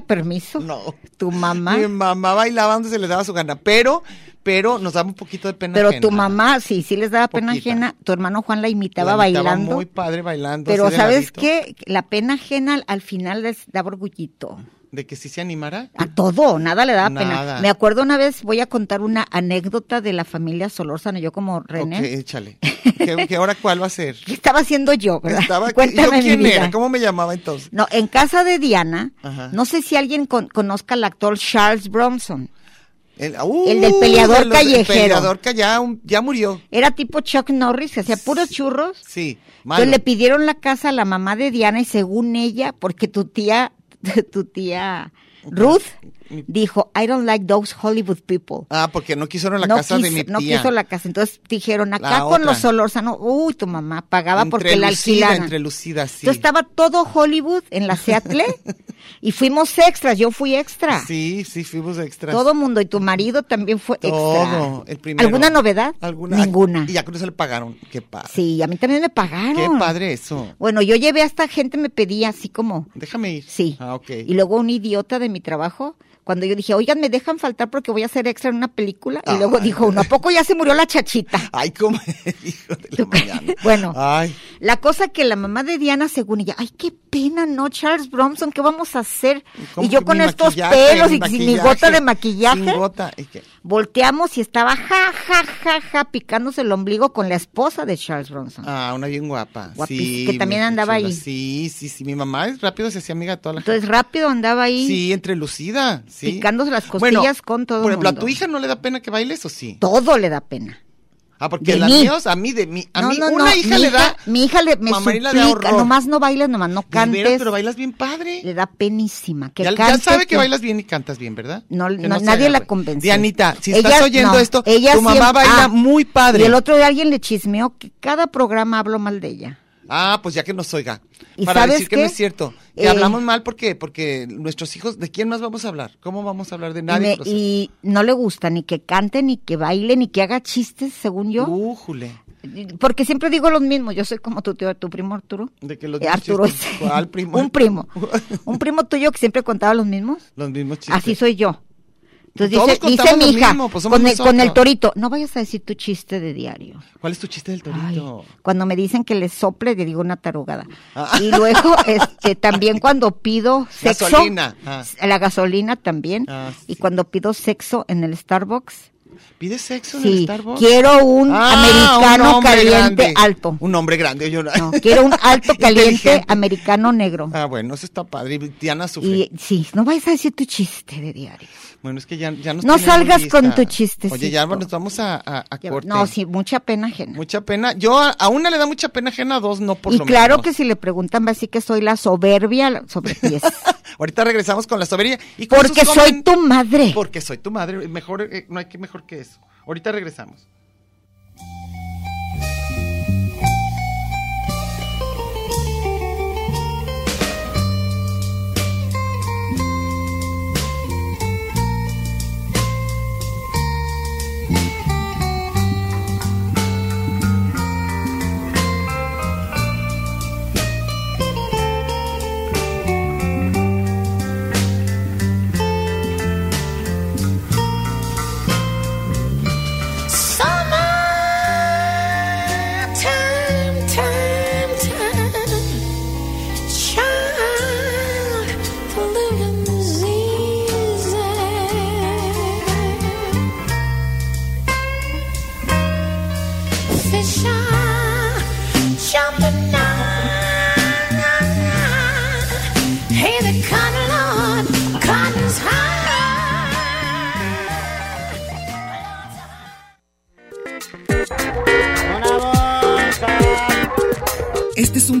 <laughs> permiso. No. Tu mamá. Mi mamá bailaba donde se le daba su gana, pero, pero nos daba un poquito de pena. Pero ajena. tu mamá, sí, sí les daba pena Poquita. ajena. Tu hermano Juan la imitaba, La imitaba bailando. muy padre bailando. pero así de ¿sabes ladito, qué? La pena ajena al- al final les daba orgullito. De que sí se animara. A todo, nada le daba Nada. pena. Me acuerdo una vez, voy a contar una anécdota de la familia Solórzano, yo como René. Ok, échale. ¿Qué, qué hora cuál va a <laughs> ser? ¿Qué estaba haciendo yo, verdad? <laughs> Estaba, ¿yo Cuéntame mi quién vida. era? ¿Cómo me llamaba entonces? No, en casa de Diana, Ajá. no sé si alguien con- conozca al actor Charles Bronson. El, uh, El del peleador de los- el callejero. peleador que ya, un- ya murió. Era tipo Chuck Norris, que hacía puros churros. Sí, malo. Entonces le pidieron la casa a la mamá de Diana y según ella, porque tu tía, <laughs> tu tía Ruth dijo, I don't like those Hollywood people. Ah, porque no quisieron la casa de mi tía. no quiso la casa. Entonces dijeron, acá La con otra. los Solórzano, uy, tu mamá pagaba porque la Entrelucida, alquilaran. entrelucida, sí. Entonces estaba todo Hollywood en la Seattle y fuimos extras, yo fui extra. Sí, sí, fuimos extras. Todo mundo y tu marido también fue Todo. extra. El primero. ¿Alguna novedad? ¿Alguna? Ninguna. Y ya con eso le pagaron. Qué padre. Sí, a mí también me pagaron. Qué padre eso. Bueno, yo llevé hasta gente me pedía así como, Déjame ir. sí. Ah, ok. Y luego un idiota de mi trabajo, cuando yo dije, oigan, me dejan faltar porque voy a ser extra en una película. Y luego Ay. dijo, uno, ¿a poco ya se murió la chachita? Ay, como <laughs> el hijo de la Tú- mañana. <laughs> Bueno. Ay, La cosa que la mamá de Diana, según ella, ay, qué pena, ¿no? Charles Bronson, ¿qué vamos a hacer? ¿cómo Y yo que con mi estos maquillaje, pelos y mi sin mi gota de maquillaje, Sin gota. ¿y qué? volteamos y estaba ja, ja, ja, ja, picándose el ombligo con la esposa de Charles Bronson. Ah, una bien guapa. Guapis- sí, que también mi andaba chula, ahí. Sí, sí, sí. Mi mamá es rápido se hacía amiga de toda la gente. Entonces rápido andaba ahí. Sí, entre lucida. Sí. Picándose las costillas con todo Por ejemplo, mundo. ¿a tu hija no le da pena que bailes o sí? Todo le da pena. Ah, porque De las mí. mías, a mí, de mí, a no, mí, no, una no. hija mi le da. Mi hija le, me mamarina le da suplica, horror. nomás no bailes, nomás no De veras, cantes. pero bailas bien padre. Le da penísima. Que ya, ya cante, sabe que, bailas bien y cantas bien, ¿verdad? No, Que no, se nadie haga, la güey. convenció. Dianita, si Ella- estás oyendo no, esto, ella tu mamá siempre- baila ah, muy padre. Y el otro día alguien le chismeó que cada programa hablo mal de ella. Ah, pues ya que nos oiga. ¿Y Para sabes decir que qué? no es cierto. Y Eh, hablamos mal porque, porque nuestros hijos, ¿de quién más vamos a hablar? ¿Cómo vamos a hablar de Y, me- nadie? Rosy? y no le gusta ni que cante, ni que baile, ni que haga chistes, según Uh. yo. Újule. Porque siempre digo los mismos. Yo soy como tu tío, tu primo Arturo. De que los Eh, mismos Arturo es chistes. <laughs> ¿Cuál primo? <laughs> un primo. Un primo tuyo que siempre contaba los mismos. Los mismos chistes. Así soy yo. Entonces Todos dice, contamos dice mi lo hija, mismo, pues somos con, el, con el nosotros. torito, no vayas a decir tu chiste de diario. ¿Cuál es tu chiste del Ay, torito? cuando me dicen que le sople, le digo una tarugada. Ah. <laughs> Y luego, este, también cuando pido sexo, Gasolina, ah. la gasolina también, Ah, y sí. cuando pido sexo en el Starbucks, ¿Pides sexo en el sí, Starbucks? quiero un Ah, un americano hombre caliente grande. alto. Un hombre grande. Yo... No, quiero un <laughs> alto caliente Inteligente. americano negro. Ah, bueno, eso está padre. y Diana sufre. Y sí, no vayas a decir tu chiste de diario. Bueno, es que ya, ya nos No tienen salgas muy lista. con tu chistecito. Oye, ya nos vamos a, a, a Ya- corte. No, sí, mucha pena ajena. Mucha pena. Yo a, a una le da mucha pena ajena, a dos no por y lo claro menos. que si le preguntan, va a decir que soy la soberbia la- <laughs> sobre pies. Ahorita regresamos con la soberanía. Y con Porque sus soy comen- tu madre. Porque soy tu madre. Mejor, eh, no hay que mejor que eso. Ahorita regresamos. Summer time, time, time. Child, the living's easy. Fish are jumping now. Hey, the cotton lawn, cotton's high. Este es un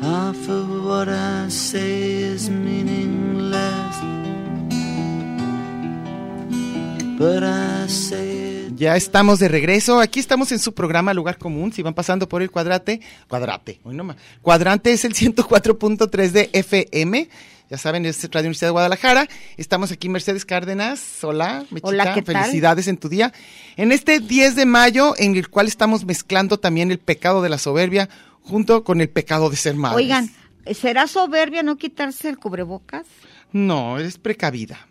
Half of what I say is meaningless, but I say it. Ya estamos de regreso. Aquí estamos en su programa Lugar Común. Si van pasando por el cuadrate, cuadrate, hoy nomás. Cuadrante es el 104.3 de FM. Ya saben, es Radio Universidad de Guadalajara. Estamos aquí, Mercedes Cárdenas. Hola, Mechita. Hola, ¿qué tal? Felicidades en tu día. En este 10 de mayo, en el cual estamos mezclando también el pecado de la soberbia junto con el pecado de ser madre. Oigan, ¿será soberbia no quitarse el cubrebocas? No, es precavida.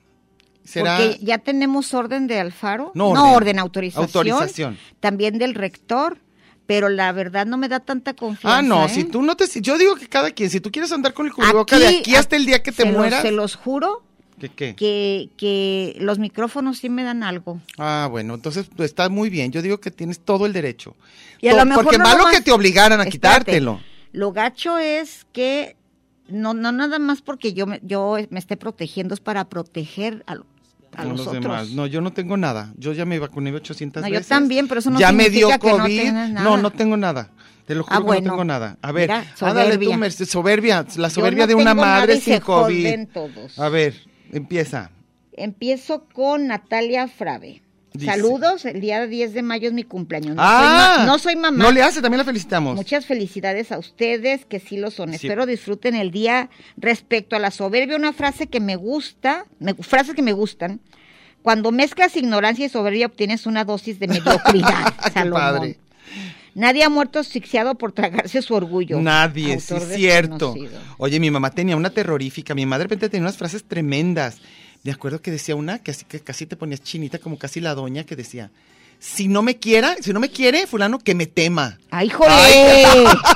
Será. Porque ya tenemos orden de Alfaro. No, no orden. orden, autorización. Autorización. También del rector. Pero la verdad no me da tanta confianza. Ah, no, ¿eh? si tú no te... Yo digo que cada quien, si tú quieres andar con el cubreboca de aquí hasta el día que te se los- mueras... se los juro ¿Qué, qué? que, que los micrófonos sí me dan algo. Ah, bueno, entonces pues, está muy bien. Yo digo que tienes todo el derecho. Y a To- lo mejor Porque no malo nomás- que te obligaran a Espérate, quitártelo. Lo gacho es que no, no nada más porque yo me, yo me esté protegiendo, es para proteger a, lo- a No, los, otros. demás. No, yo no tengo nada. Yo ya me vacuné 800 No, yo veces. también, pero eso no Ya me dio significa que no COVID. tengas nada. no, no tengo nada. Te lo juro Ah, que bueno. no tengo nada. A ver, Mira, ándale tú, soberbia. Merce- soberbia. La soberbia no de una tengo nada madre y se sin COVID. joden todos. A ver, empieza. Empiezo con Natalia Frave. Dice. Saludos, el día 10 de mayo es mi cumpleaños. No, Ah, soy, ma- no soy mamá. No le hace, también la felicitamos. Muchas felicidades a ustedes, que sí lo son. Sí. Espero disfruten el día respecto a la soberbia. Una frase que me gusta, me- frases que me gustan. Cuando mezclas ignorancia y soberbia obtienes una dosis de mediocridad. <laughs> Qué Salomón. padre. Nadie ha muerto asfixiado por tragarse su orgullo. Nadie, sí, Autor cierto. desconocido. Oye, mi mamá tenía una terrorífica. Mi madre de repente tenía unas frases tremendas. Me acuerdo que decía una que así que casi te ponías chinita, como casi la doña, que decía: Si no me quiera, si no me quiere, fulano, que me tema. <laughs> ¡Ay, jole!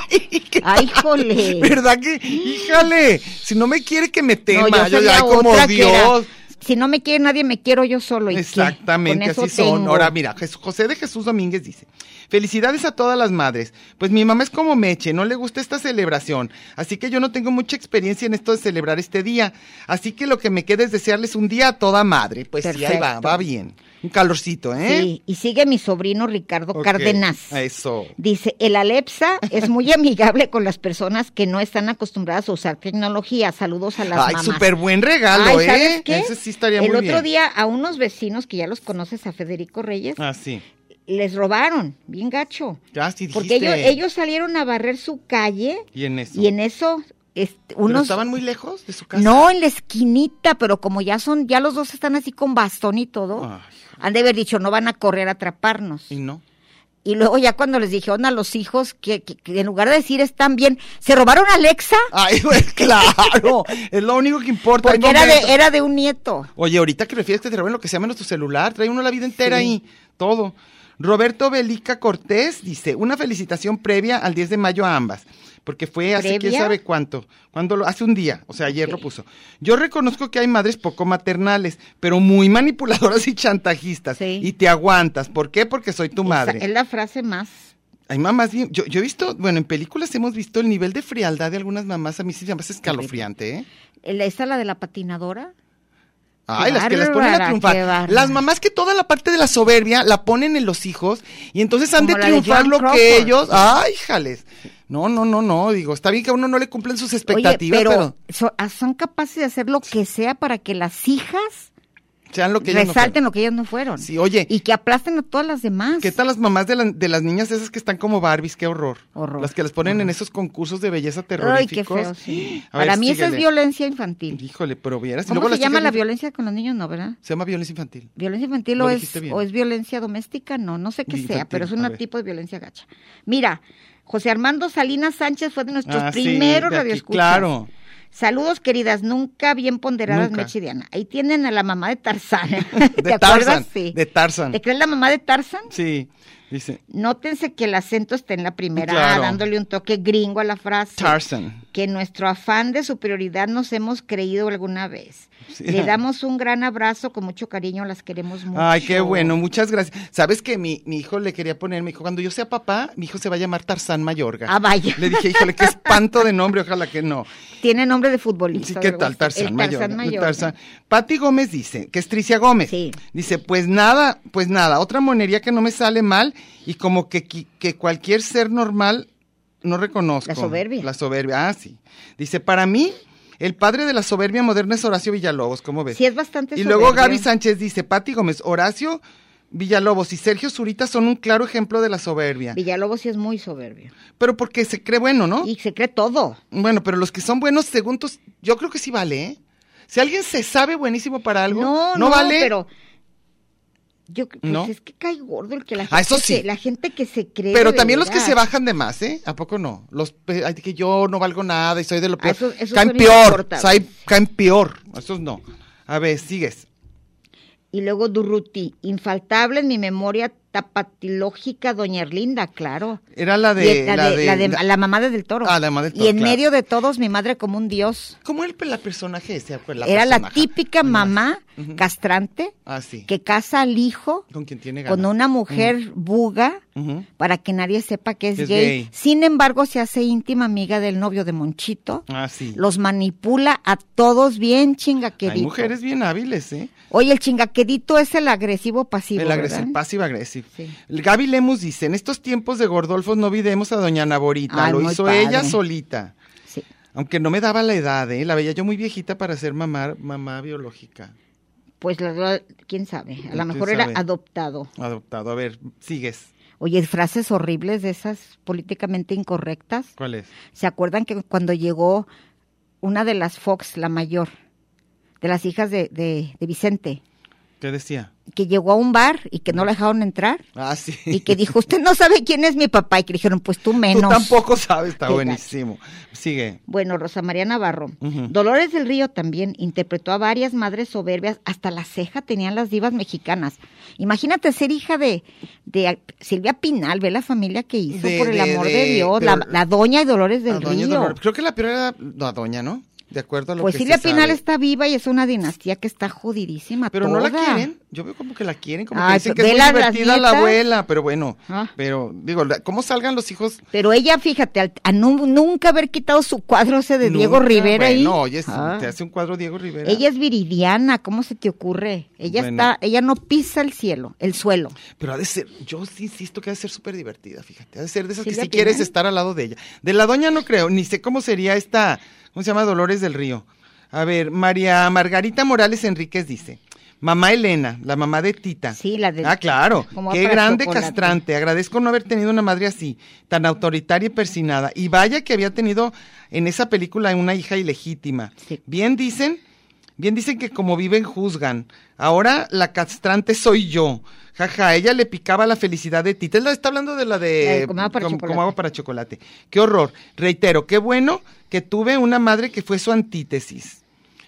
Ay, qué- <laughs> ¡Ay, <laughs> jole! ¿Verdad que? Híjale, si no me quiere, que me tema. No, yo, sabía ay, como otra que era, Dios. si no me quiere nadie, me quiero yo solo. ¿y qué? Exactamente, Con eso así son. tengo. Ahora, mira, Jes- José de Jesús Domínguez dice, felicidades a todas las madres. Pues mi mamá es como Meche, no le gusta esta celebración, así que yo no tengo mucha experiencia en esto de celebrar este día. Así que lo que me queda es desearles un día a toda madre. Pues sí, ahí va, Perfecto. va bien. Un calorcito, ¿eh? Sí, y sigue mi sobrino Ricardo Ok, Cárdenas. Eso. Dice, el Alepsa <laughs> es muy amigable con las personas que no están acostumbradas a usar tecnología. Saludos a las Ay, mamás. súper buen regalo, Ay, ¿eh? ¿sabes qué? Ese sí estaría el muy otro bien. día a unos vecinos que ya los conoces, a Federico Reyes, Ah, sí. les robaron, bien gacho. Ya sí dijiste. Porque ellos, ellos salieron a barrer su calle Y en eso. y en eso este, ¿Pero unos... estaban muy lejos de su casa? No, en la esquinita, pero como ya son, ya los dos están así con bastón y todo, Ay, han de haber dicho, no van a correr a atraparnos. y no. Y luego ya cuando les dijeron a los hijos que, que- que en lugar de decir están bien, se robaron a Alexa Ay, <laughs> güey, claro. es lo único que importa. porque Hay era momentos- de, era de un nieto. Oye, ahorita que prefieres que te roben lo que sea menos tu celular, trae uno la vida entera ahí, todo. Roberto Belica Cortés dice, una felicitación previa al 10 de mayo a ambas, porque fue hace quién ¿Previa? sabe cuánto, cuando lo, hace un día, o sea, ayer lo puso. Yo reconozco que hay madres poco maternales, pero muy manipuladoras y chantajistas, Sí. y te aguantas. ¿Por qué? Porque soy tu madre. Esa es la frase más. Hay mamás bien, yo, yo he visto, bueno, en películas hemos visto el nivel de frialdad de algunas mamás, a mí sí se me hace escalofriante, ¿eh? El- Esa la de la patinadora. Ay, Qué las que las ponen a bárbara, qué triunfar. bárbara. Las mamás que toda la parte de la soberbia la ponen en los hijos y entonces han Como de la de triunfar Joan lo que Crawford. ellos. Ay, jales. No, no, no, no. Digo, está bien que a uno no le cumplen sus Oye, expectativas, pero, pero, so- ah, son capaces de hacer lo que sea para que las hijas sean lo que ellos no resalten fueron. lo que ellas no fueron. Sí, oye. Y que aplasten a todas las demás. ¿Qué tal las mamás de, la- de las niñas esas que están como Barbies? Qué horror. Horror. Las que las ponen en esos concursos de belleza Ay, terroríficos. <gasps> qué feo, sí. A ver, Para mí esa síguele. es violencia infantil. Híjole, pero vieras. y ¿Cómo luego las se llama chicas- la violencia con los niños? No, ¿verdad? Se llama violencia infantil. ¿Violencia infantil Lo o es, dijiste bien. o es violencia doméstica? No, no sé qué Infantil, sea, pero es a un ver. tipo de violencia gacha. Mira, José Armando Salinas Sánchez fue de nuestros Ah, sí, primeros de aquí, radioescuchas. Claro. Saludos, queridas, nunca bien ponderadas, Nunca. Mechi y Diana. Ahí tienen a la mamá <laughs> de Tarzán. De ¿Te Tarzan. acuerdas? Sí. De Tarzan. ¿Te crees la mamá de Tarzan? Sí. Dice, Nótense que el acento está en la primera, Claro. dándole un toque gringo a la frase. Tarzan. que nuestro afán de superioridad nos hemos creído alguna vez. Sí. Le damos un gran abrazo con mucho cariño, las queremos mucho. Ay, qué bueno, muchas gracias. Sabes que mi, mi hijo le quería poner, me dijo, cuando yo sea papá, mi hijo se va a llamar Tarzán Mayorga. Ah, vaya. Le dije, híjole, qué espanto de nombre, ojalá que no. Tiene nombre de futbolista. Sí, o ¿qué algo tal? así. Tarzán El Mayorga. Tarzán Mayor. Tarzán. Pati Gómez dice, que es Tricia Gómez. Sí. Dice, pues nada, pues nada, otra monería que no me sale mal y como que, qui- que cualquier ser normal no reconozco. La soberbia. La soberbia, ah, sí. Dice, para mí, el padre de la soberbia moderna es Horacio Villalobos, ¿cómo ves? Sí, es bastante pues. Y luego soberbio. Gaby Sánchez dice, Pati Gómez, Horacio Villalobos y Sergio Zurita son un claro ejemplo de la soberbia. Villalobos sí es muy soberbio. Pero porque se cree bueno, ¿no? Y se cree todo. Bueno, pero los que son buenos, según tus- yo creo que sí vale, ¿eh? Si alguien se sabe buenísimo para algo, No, no, vale. pero... Yo, pues ¿No? es que cae gordo el que la gente, Ah, eso sí. que, la gente que se cree. Pero de también los que verdad. se bajan de más, ¿eh? ¿A poco no? Los pe- ay, que yo no valgo nada y soy de lo Ah, peor. esos- esos caen son peor, insoportables. sai- caen peor. Esos no. A ver, sigues. Y luego Durruti, infaltable en mi memoria tapatilógica, Doña Erlinda, claro. Era la Y de... el- la, de, la de- la mamá de del toro. Ah, la mamá del toro, Y en claro. medio de todos, mi madre como un dios. ¿Cómo era el, la personaje ese? Pues, Era la personaje. típica mamá castrante Ah, sí. que casa al hijo Con quien tiene ganas. con una mujer buga Ujú. para que nadie sepa que es, Mm. Es gay. gay. Sin embargo, se hace íntima amiga del novio de Monchito. Ah, sí. Los manipula a todos bien chingaquerito. Hay mujeres bien hábiles, ¿eh? Oye, el chingaquerito es el agresivo pasivo. el agresivo, ¿verdad? pasivo agresivo. Sí. Gaby Lemus dice, en estos tiempos de Gordolfos no videmos a doña Naborita, Ay, lo muy hizo padre. ella solita. Sí. Aunque no me daba la edad, ¿eh? La veía yo muy viejita para ser mamá, mamá biológica. Pues la verdad, quién sabe, a lo ¿Quién mejor sabe? era adoptado. Adoptado. A ver, sigues. Oye, frases horribles de esas políticamente incorrectas. ¿Cuál es? ¿Se acuerdan que cuando llegó una de las Fox, la mayor, de las hijas de, de- de Vicente, ¿Qué decía? que llegó a un bar y que no la dejaron entrar? Ah, <laughs> sí. Y que dijo, usted no sabe quién es mi papá. Y que le dijeron, pues tú menos. Tú tampoco sabes, está Qué buenísimo. Sigue. Bueno, Rosa María Navarro. Ujú. Dolores del Río también interpretó a varias madres soberbias, hasta la ceja tenían las divas mexicanas. Imagínate ser hija de, de Silvia Pinal, ve la familia que hizo, De- por el de- amor de, de- Dios, pero- la, la doña y Dolores del A Doña Río. Dolores. Creo que la peor era la doña, ¿no? De acuerdo a lo Pues que Silvia se Pinal sabe. está viva y es una dinastía que está jodidísima. Pero no la toda. quieren. Yo veo como que la quieren, como que Ay, pues, dicen que ve es muy las- las divertida la nietas. abuela, pero bueno. Ah. Pero, digo, la- ¿cómo salgan los hijos? Pero ella, fíjate, al- a nu- nunca haber quitado su cuadro ese de Diego Nunca, Rivera ahí. Bueno, oye, sí, Ah. te hace un cuadro Diego Rivera. Ella es viridiana, ¿cómo se te ocurre? Ella Bueno. está, ella no pisa el cielo, el suelo. Pero ha de ser, yo sí insisto que ha de ser súper divertida, fíjate. Ha de ser de esas que ¿Silvia si quieres Pinal? estar al lado de ella. De la doña no creo, ni sé cómo sería esta, ¿cómo se llama? Dolores del Río. A ver, María Margarita Morales Enríquez dice. Mamá Elena, la mamá de Tita. Sí, la de- Ah, claro. como Qué para grande chocolate. castrante. Agradezco no haber tenido una madre así, tan autoritaria y persinada. Y vaya que había tenido en esa película una hija ilegítima. Sí. Bien dicen Bien dicen que como viven juzgan. Ahora la castrante soy yo. Jaja, ella le picaba la felicidad de Tita. Él está hablando de la La de de como agua para como- chocolate. como agua para chocolate. Qué horror. Reitero, qué bueno que tuve una madre que fue su antítesis.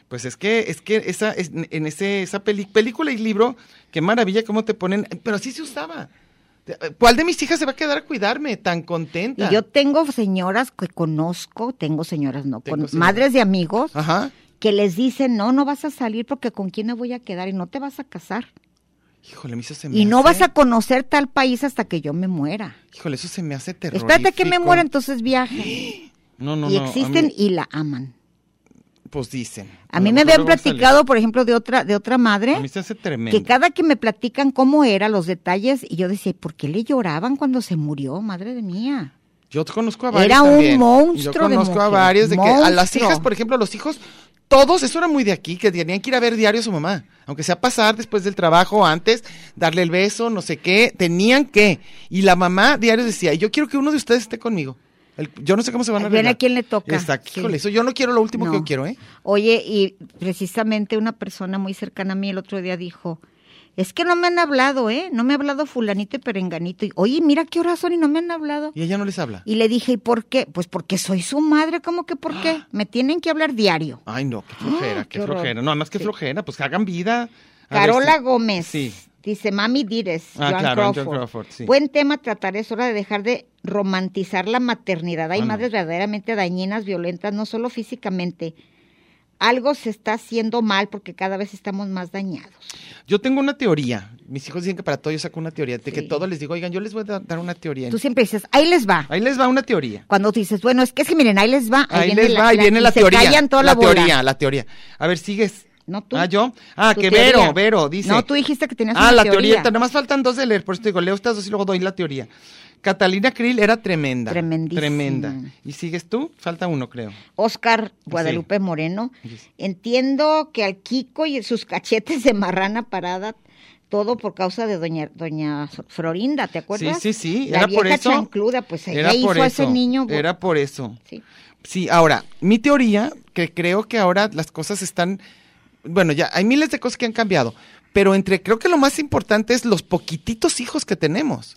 Pues es que es que esa es- en ese esa peli- película y libro, qué maravilla cómo te ponen, pero así se usaba. ¿Cuál de mis hijas se va a quedar a cuidarme tan contenta? Y yo tengo señoras que conozco, tengo señoras no, Tengo con señoras. Ah. madres de amigos Ajá. que les dicen, no, no vas a salir porque con quién me voy a quedar y no te vas a casar. Híjole, a mí eso se me Y no hace- vas a conocer tal país hasta que yo me muera. Híjole, eso se me hace terrorífico. Espérate que me muera, entonces viaje. No, <gasps> no, y no, a mí- existen y la aman. Pues dicen. A mí lo mejor me habían luego sale. platicado, por ejemplo, de otra, de otra A mí madre, se hace tremendo. que cada que me platican cómo era, los detalles, y yo decía, ¿por qué le lloraban cuando se murió? Madre de mía. Yo conozco a varios. Era un también. Yo monstruo de conozco a mujer, varios de que a las monstruo. hijas, por ejemplo, los hijos, todos, eso era muy de aquí, que tenían que ir a ver diario a su mamá. Aunque sea pasar después del trabajo, antes, darle el beso, no sé qué, tenían que. Y la mamá diario decía, yo quiero que uno de ustedes esté conmigo. El- yo no sé cómo se van a Ay, ven a arreglar. quién le toca. Exacto. Sí. Híjole, eso yo no quiero lo último que No. yo quiero, ¿eh? Oye, y precisamente una persona muy cercana a mí el otro día dijo, es que no me han hablado, ¿eh? No me ha hablado fulanito y perenganito. Y, Oye, mira qué horas son y no me han hablado. Y ella no les habla. Y le dije, ¿y por qué? Pues porque soy su madre, ¿cómo que por qué? Me tienen que hablar diario. Ay, no, <gasps> qué flojera, Ah, qué, qué horror. flojera. No, además qué Sí. flojera, pues que hagan vida. A ver Carola si- Gómez. Sí. Dice, mami Dires, Ah, Joan claro, Joan Crawford. Crawford, sí. Buen tema tratar, es hora de dejar de romantizar la maternidad. Hay Ah, no. madres verdaderamente dañinas, violentas, no solo físicamente. Algo se está haciendo mal porque cada vez estamos más dañados. Yo tengo una teoría. Mis hijos dicen que para todo yo saco una teoría. De que Sí. todo les digo, oigan, yo les voy a da- dar una teoría. Tú siempre dices, ahí les va. Ahí les va una teoría. Cuando tú dices, bueno, es que, es que miren, ahí les va. Ahí, les va, ahí viene y la se teoría. callan toda la, la bola. teoría, la teoría. A ver, sigues. No, tú. Ah, yo. Ah, Tu que teoría. Vero, Vero, dice. No, tú dijiste que tenías Ah, una la teoría. teoría. Nada más faltan dos de leer, por eso te digo, leo estas dos y luego doy la teoría. Catalina Krill era tremenda. Tremendísima. Tremenda. ¿Y sigues tú? Falta uno, creo. Oscar Guadalupe Moreno. Yes. Entiendo que al Kiko y sus cachetes de marrana parada, todo por causa de doña, doña Florinda, ¿te acuerdas? Sí, sí, sí. La era vieja por eso. chancluda, pues ella hizo a ese niño. bu- Era por eso. sí. Sí, ahora, mi teoría, que creo que ahora las cosas están, bueno, ya hay miles de cosas que han cambiado, pero entre, creo que lo más importante es los poquititos hijos que tenemos.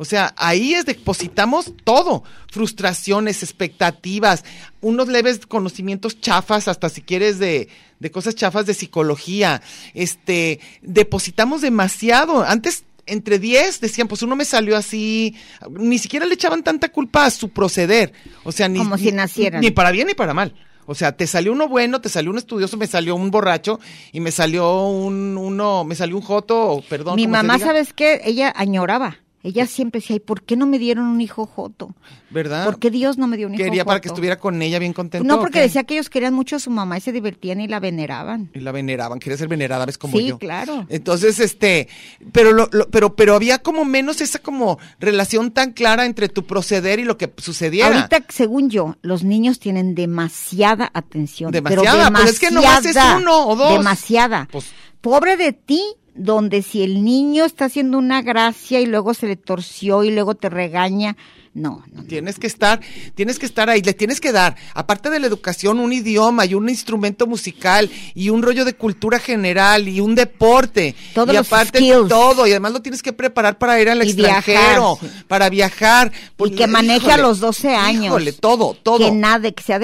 O sea, ahí es depositamos todo, frustraciones, expectativas, unos leves conocimientos chafas, hasta si quieres de, de cosas chafas de psicología. Este, depositamos demasiado. Antes entre 10 decían, pues uno me salió así, ni siquiera le echaban tanta culpa a su proceder. O sea, ni, Como si ni- nacieran. Ni para bien ni para mal. O sea, te salió uno bueno, te salió un estudioso, me salió un borracho y me salió un uno, me salió un joto, o perdón. Mi como se mamá, diga. ¿sabes qué? Ella añoraba. Ella siempre decía, ¿y por qué no me dieron un hijo joto? ¿Verdad? ¿Por qué Dios no me dio un hijo Ah. Quería para que joto?" estuviera con ella bien contenta. No, ¿o porque qué? decía que ellos querían mucho a su mamá y se divertían y la veneraban. Y la veneraban, quería ser venerada, ves como Sí, yo. claro. Entonces, este, pero lo- lo- pero, pero había como menos esa como relación tan clara entre tu proceder y lo que sucediera. Ahorita, según yo, los niños tienen demasiada atención. pero Demasiada, pues es que nomás es demasiada, uno o dos. Demasiada. Pues, Pobre de ti, donde si el niño está haciendo una gracia y luego se le torció y luego te regaña, no, no, no. Tienes que estar, tienes que estar ahí, le tienes que dar, aparte de la educación, un idioma y un instrumento musical y un rollo de cultura general y un deporte. Todos y los aparte skills. todo, y además lo tienes que preparar para ir al Y viajar, extranjero, sí. para viajar. porque- que maneje a los 12 años. Híjole, todo, todo. Que nade, que sea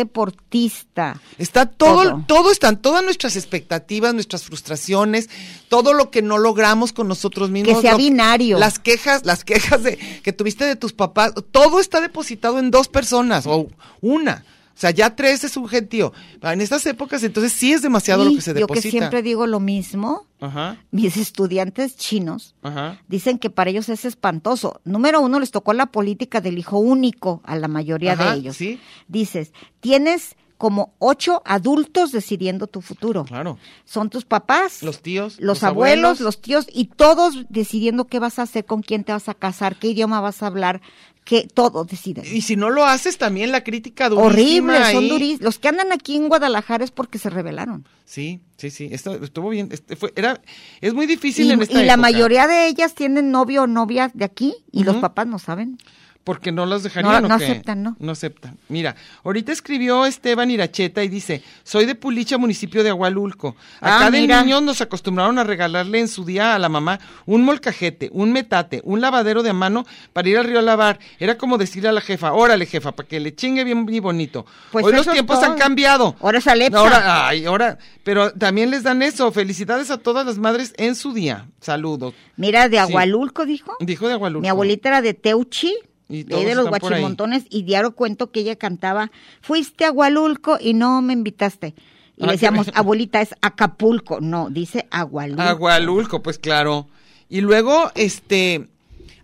deportista. Está todo, Todo. todo, están todas nuestras expectativas, nuestras frustraciones, todo lo que no logramos con nosotros mismos. Que sea lo- binario. Las quejas, las quejas de, que tuviste de tus papás, todo está depositado en dos personas o una. O sea, ya tres es un gentío. En estas épocas, entonces sí es demasiado Y lo que se yo deposita. que siempre digo lo mismo, Ajá, mis estudiantes chinos ajá. dicen que para ellos es espantoso. Número uno, les tocó la política del hijo único a la mayoría Ajá, de ellos. sí. Dices, tienes como ocho adultos decidiendo tu futuro. Claro. Son tus papás, Los tíos, los los, abuelos, abuelos. los tíos y todos decidiendo qué vas a hacer, con quién te vas a casar, qué idioma vas a hablar, que todo deciden. Y si no lo haces, también la crítica durísima. Horrible, son ahí. durísimos. Los que andan aquí en Guadalajara es porque se rebelaron. Sí, sí, sí. Esta- estuvo bien. este fue- era, es muy difícil Y, en esta y la época, mayoría de ellas tienen novio o novia de aquí y los Ujú. papás no saben. Porque no las dejarían. No, ¿o no qué? aceptan, ¿no? No aceptan. Mira, ahorita escribió Esteban Iracheta y dice: Soy de Pulicha, municipio de Agualulco. Ah, Acá de mira. niños nos acostumbraron a regalarle en su día a la mamá un molcajete, un metate, un lavadero de a mano para ir al río a lavar. Era como decirle a la jefa: Órale, jefa, para que le chingue bien y bonito. Pues Hoy los eso es tiempos todo. han cambiado. Ahora es Alexa. Ahora, ay, ahora. Pero también les dan eso. Felicidades a todas las madres en su día. Saludos. Mira, de Sí. Agualulco dijo. Dijo de Agualulco. Mi abuelita era de Teuchi, Y de, ahí de todos los están por ahí. guachimontones, y diario cuento que ella cantaba, fuiste a Agualulco y no me invitaste. Y Ah, le qué decíamos, bien. abuelita, es Acapulco. No, dice Agualulco. Agualulco, pues claro. Y luego, este,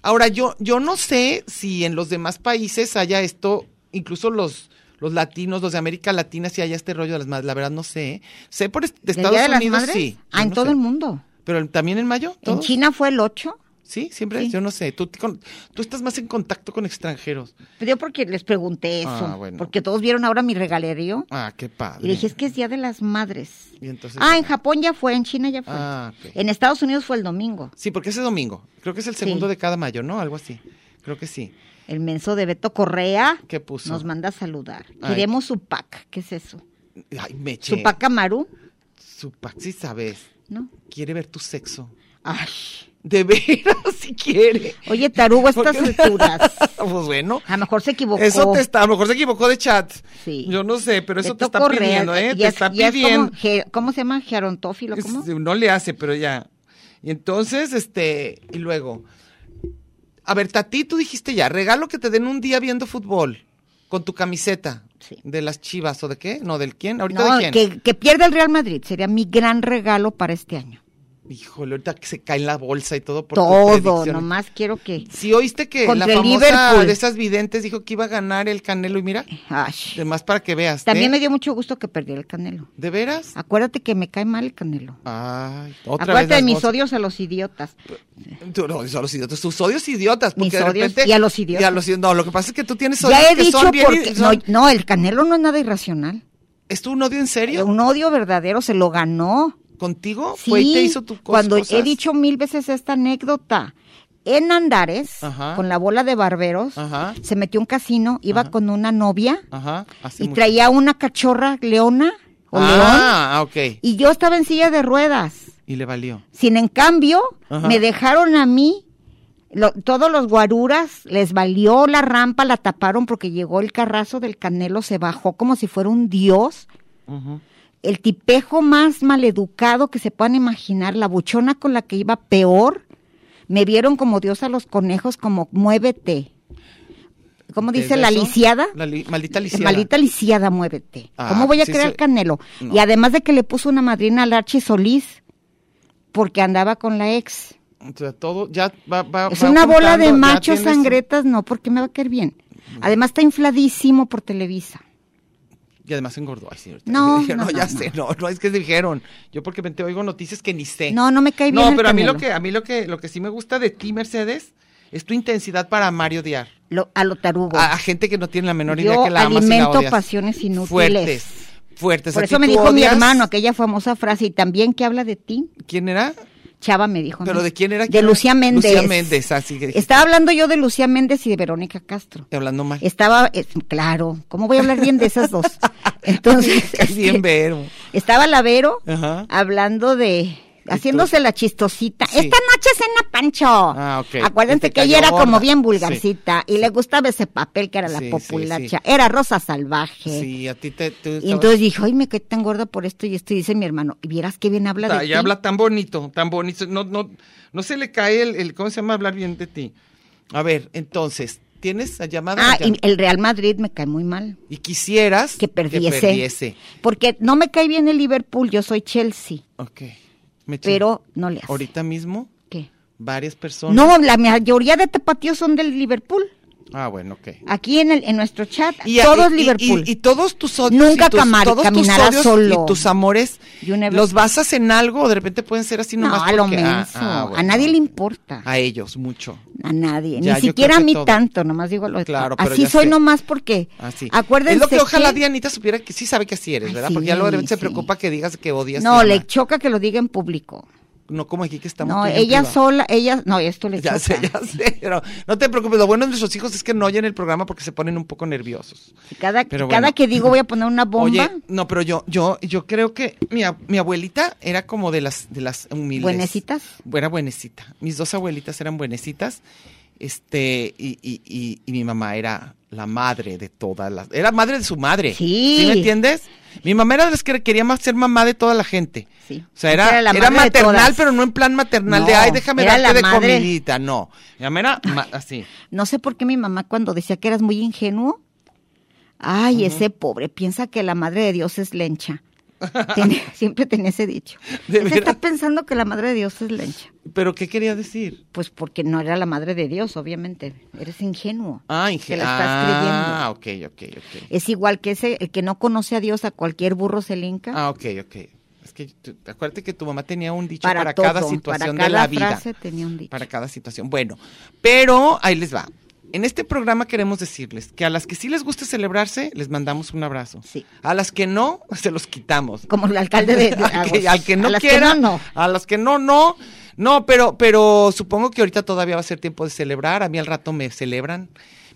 ahora yo, yo no sé si en los demás países haya esto, incluso los, los latinos, los de América Latina, si haya este rollo de las madres, la verdad no sé. ¿eh? Sé por est- de ¿Del Día Estados de las Unidos, Madres? sí. Ah, Yo en no todo sé. el mundo. Pero en- también en mayo, ¿todos? En China fue el 8. Sí, siempre, Sí. yo no sé. Tú, te con- tú estás más en contacto con extranjeros. Yo porque les pregunté eso, Ah, bueno. porque todos vieron ahora mi regalerío. Ah, qué padre. Y dije, es que es Día de las Madres. Y entonces- ah, en Japón ya fue, en China ya fue. Pues Ah, ok. En Estados Unidos fue el domingo. Sí, porque ese domingo. Creo que es el segundo Sí. de cada mayo, ¿no? Algo así. Creo que sí. El menso de Beto Correa ¿Qué puso? nos manda a saludar. Pues, ah. Ay. Queremos su pack. ¿Qué es eso? Ay, me eché. Su pack Amaru, Supac, sí sabes. ¿no? Quiere ver tu sexo. Ay. De <laughs> veras, si quiere. <laughs> Oye, Tarugo, a estas Porque- <laughs> alturas. pues bueno. A lo mejor se equivocó. Eso te está, a lo mejor se equivocó de chat. Sí. Yo no sé, pero eso te Beto está Correa, pidiendo, ¿eh? ya Te es- está ya es como pidiendo. ge- ¿Cómo se llama? Gerontófilo. Es- ¿Cómo? No le hace, pero ya. Y entonces, este, y luego. A ver, Tati, tú dijiste ya, regalo que te den un día viendo fútbol con tu camiseta. Sí. ¿De las chivas o de qué? No, ¿del quién? ¿Ahorita No, de quién? que, que pierda el Real Madrid. Sería mi gran regalo para este año. Híjole, ahorita que se cae en la bolsa y todo por tus Todo. predicciones. Nomás quiero que. Si oíste que Contra la el famosa Liverpool. de esas videntes dijo que iba a ganar el Canelo y mira, Ay. además para que veas. También ¿eh? me dio mucho gusto que perdiera el Canelo. ¿De veras? Acuérdate que me cae mal el Canelo. Ay, otra Acuérdate de vez. las mis cosas. odios a los idiotas. Tú, no, a los idiotas. Tus odios idiotas. Porque Mis de odios repente- y a los idiotas. y a los id- no, lo que pasa es que tú tienes odios Ya he que dicho son bien. porque no, son- no, el Canelo no es nada irracional. ¿Es tu un odio en serio? Eh, Un odio verdadero se lo ganó. ¿Contigo? Sí, Fue y te hizo tu cos- cuando he cosas. dicho mil veces esta anécdota. En Andares, Ajá. con la bola de barberos, Ajá. se metió a un casino, iba con una novia Ajá. hace y mucho. traía una cachorra leona o león. Ah, ok. Y yo estaba en silla de ruedas. Y le valió. Sin en cambio, Ajá. me dejaron a mí. lo- todos los guaruras les valió la rampa, la taparon porque llegó el carrazo del canelo, se bajó como si fuera un dios. El tipejo más maleducado que se puedan imaginar, la buchona con la que iba peor, me vieron como dios a los conejos, como muévete. ¿Cómo dice ¿Es la eso? lisiada? La li- maldita lisiada. Maldita lisiada, muévete. Ah, ¿Cómo voy a sí, creer sí. Canelo? No. Y además de que le puso una madrina al Archie Solís, porque andaba con la ex. O sea, todo ya va. va es va una bola juntando, de Ah, ya machos tienes- sangretas, no, porque me va a caer bien. Además está infladísimo por Televisa. Y además engordó. Ay, sí, ahorita. No, <laughs> Dije, no, no, ya no. sé, no, no es que dijeron. Yo porque me te oigo noticias que ni sé. No, no me cae bien No, el pero a mí lo Canelo. que a mí lo que lo que sí me gusta de ti, Mercedes, es tu intensidad para Mario Diar. Lo- a lo tarugo. A, a gente que Ah, no tiene la menor Yo idea que la amas y la alimento odias. pasiones inútiles. Fuertes. fuertes. Por ¿A eso ti me tú dijo mi odias? hermano aquella famosa frase, y también que habla de ti. ¿Quién era? Chava me dijo. a mí. ¿Pero de quién era? De Lucía Méndez. Lucía Méndez, así que Estaba hablando yo de Lucía Méndez y de Verónica Castro. estoy hablando mal. Estaba, eh, claro, ¿cómo voy a hablar bien de <laughs> esas dos? Entonces, Es <laughs> bien este, ver. estaba Lavero Ajá. hablando de, tú. haciéndose la chistosita. Sí. Esta noche cena Pancho. Ah, ok. Y Acuérdense te que ella cayó era gorda. como bien Sí. vulgarcita y le gustaba ese papel que era la Sí, sí, populacha. Era Rosa Salvaje. Sí, a ti te... tú Y estabas- entonces dijo, ay, me quedé tan gorda por esto y esto. Y dice mi hermano, y vieras qué bien habla de Ta- y ti. habla tan bonito, tan bonito. No, no, no se le cae el, el- ¿Cómo se llama hablar bien de ti? A ver, entonces, ¿tienes la llamada? Ah, Ya- y y, el Real Madrid me cae muy mal. quisieras Que perdiese. Porque no me cae bien el Liverpool, yo soy Chelsea. Ok. Me eché- Pero no le hace. Ahorita mismo, ¿Qué? varias personas. No, la mayoría de tapatíos son del Liverpool. Ah, bueno, ok. Aquí en, el, en nuestro chat, Y- todos y- y- Liverpool. Y, y todos tus odios. Nunca y tus- camar- todos tus caminará odios solo. Y tus amores, You never- ¿los basas en algo? ¿De repente pueden ser así no, nomás? a lo porque- ah, menso. ah, a bueno. nadie le importa. A ellos, mucho. A Ya, nadie. Ni yo siquiera creo a que mí todo. tanto, nomás digo lo Claro, pero Así ya soy sé. nomás porque. Así. Acuérdense. Ah, Es lo que ojalá que- Dianita supiera que sí sabe que así eres, Ay, ¿verdad? Porque ya luego de sí, repente se sí. preocupa que digas que odias. No, nada le más. choca que lo diga en público. No como aquí que estamos. No, tú y yo en ella privado. sola, ella, no, esto le Ya choca. sé, ya sé. pero no te preocupes. Lo bueno de nuestros hijos es que no oyen el programa porque se ponen un poco nerviosos. Cada, Pero cada bueno. que digo voy a poner una bomba, Oye, no, pero yo, yo, yo creo que mi, ab- mi abuelita era como de las, de las humildes. buenecitas. Era buenecita. Mis dos abuelitas eran buenecitas. Este, y, y, y, y mi mamá era la madre de todas las. Era madre de su madre. Sí. ¿Sí me entiendes? Mi mamá era de las que quería más ser mamá de toda la gente. Sí. O sea, era, la era madre de maternal, todas. pero no en plan maternal de, No, ay, déjame era darte la de madre. comidita. No. Mi mamá era ma- <laughs> así. No sé por qué mi mamá cuando decía que eras muy ingenuo, ay, ese pobre, piensa que la madre de Dios <laughs> es lencha. Tenía- siempre tenía ese dicho. ¿De Ese veras? está pensando que la madre de Dios es lencha. ¿Pero qué quería decir? Pues porque no era la madre de Dios, obviamente. Eres ingenuo. Ah, Te ingenio. la estás creyendo. Ah, ok, ok, ok. Es igual que ese, el que no conoce a Dios, a cualquier burro se le hinca. Ah, ok, ok. Es que tú- acuérdate que tu mamá tenía un dicho para para, cada todo, situación para de la cada vida. frase tenía un dicho. Para cada situación. Bueno, pero ahí les va. En este programa queremos decirles que a las que sí les guste celebrarse, les mandamos un abrazo. Sí. A las que no, se los quitamos. Como el alcalde de, <laughs> de al, que, Aguas. al que no A las quiera, no, no. a las que no, no, no, pero, pero supongo que ahorita todavía va a ser tiempo de celebrar. A mí al rato me celebran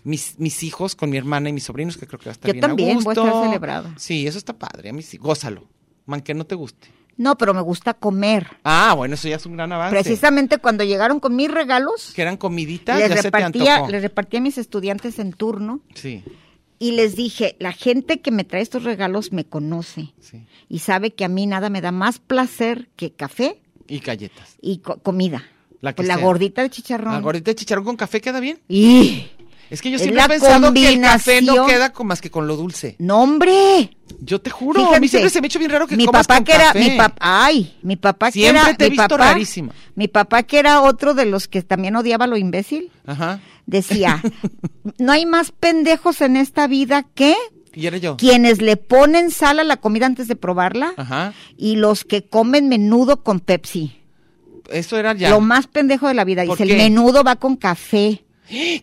mis, mis hijos con mi hermana y mis sobrinos, que creo que va a estar Yo bien también a voy a gusto. estar celebrada. Sí, eso está padre. A mí sí, gózalo. Man, que no te guste. No, pero me gusta comer. Ah, bueno, eso ya es un gran avance. Precisamente cuando llegaron con mis regalos, Que eran comiditas, les ya se te repartía, antojó. les repartía a mis estudiantes en turno Sí, y les dije, la gente que me trae estos regalos me conoce sí. y sabe que a mí nada me da más placer que café Y galletas. y co- comida. La que Pues la sea. gordita de chicharrón. La gordita de chicharrón con café queda bien. ¡Y! Es que yo Es siempre he la pensado que el café no combinación. queda con, más que con lo dulce. ¡No, hombre! Yo te juro, a mí Fíjense, siempre se me ha hecho bien raro que mi comas papá con que era café. mi papá ay mi papá que Siempre era te he mi visto papá rarísima. mi papá que era otro de los que también odiaba lo imbécil Ajá. decía no hay más pendejos en esta vida que Y era yo. quienes le ponen sal a la comida antes de probarla Ajá. y los que comen menudo con Pepsi Eso era ya. lo más pendejo de la vida ¿Por dice qué? el menudo va con café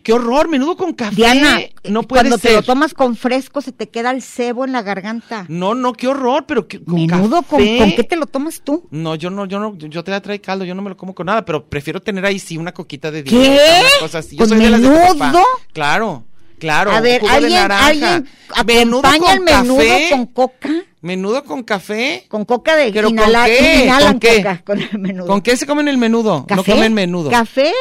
¡Qué horror! Menudo con café. Diana eh, no puede cuando ser. te lo tomas con fresco se te queda el cebo en la garganta No, no, qué horror, pero que- con menudo con, café. con qué te lo tomas tú No, yo no, yo no, yo yo te la trae caldo, yo no me lo como con nada, pero prefiero tener ahí sí una coquita de ¿Qué? dieta, una cosa así. Yo ¿Con soy de las de tu menudo? papá. Claro, claro. A ver, jugo de ¿alguien, naranja. alguien Menudo con acompaña el menudo café, con coca? Menudo con café. Con coca de ¿Pero con inhala- qué? inhalan ¿Con qué? coca con el menudo. ¿Con qué se comen el menudo? No comen menudo. ¿Café?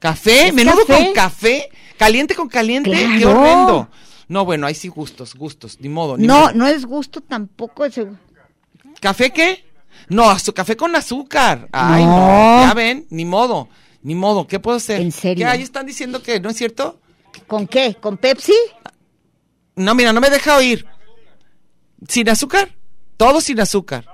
¿Café? Es ¿Menudo café. con café? ¿Caliente con caliente? ¡Qué Claro. horrendo! No, bueno, ahí sí gustos, gustos, ni modo. Ni No, modo. no es gusto tampoco. es- ¿Café qué? No, su café con azúcar. Ay, no. No. Ya ven, ni modo, ni modo. ¿Qué puedo hacer? ¿En serio? ¿Qué? Ahí están diciendo que no es cierto. ¿Con qué? ¿Con Pepsi? No, mira, no me deja oír. ¿Sin azúcar? Todo sin azúcar.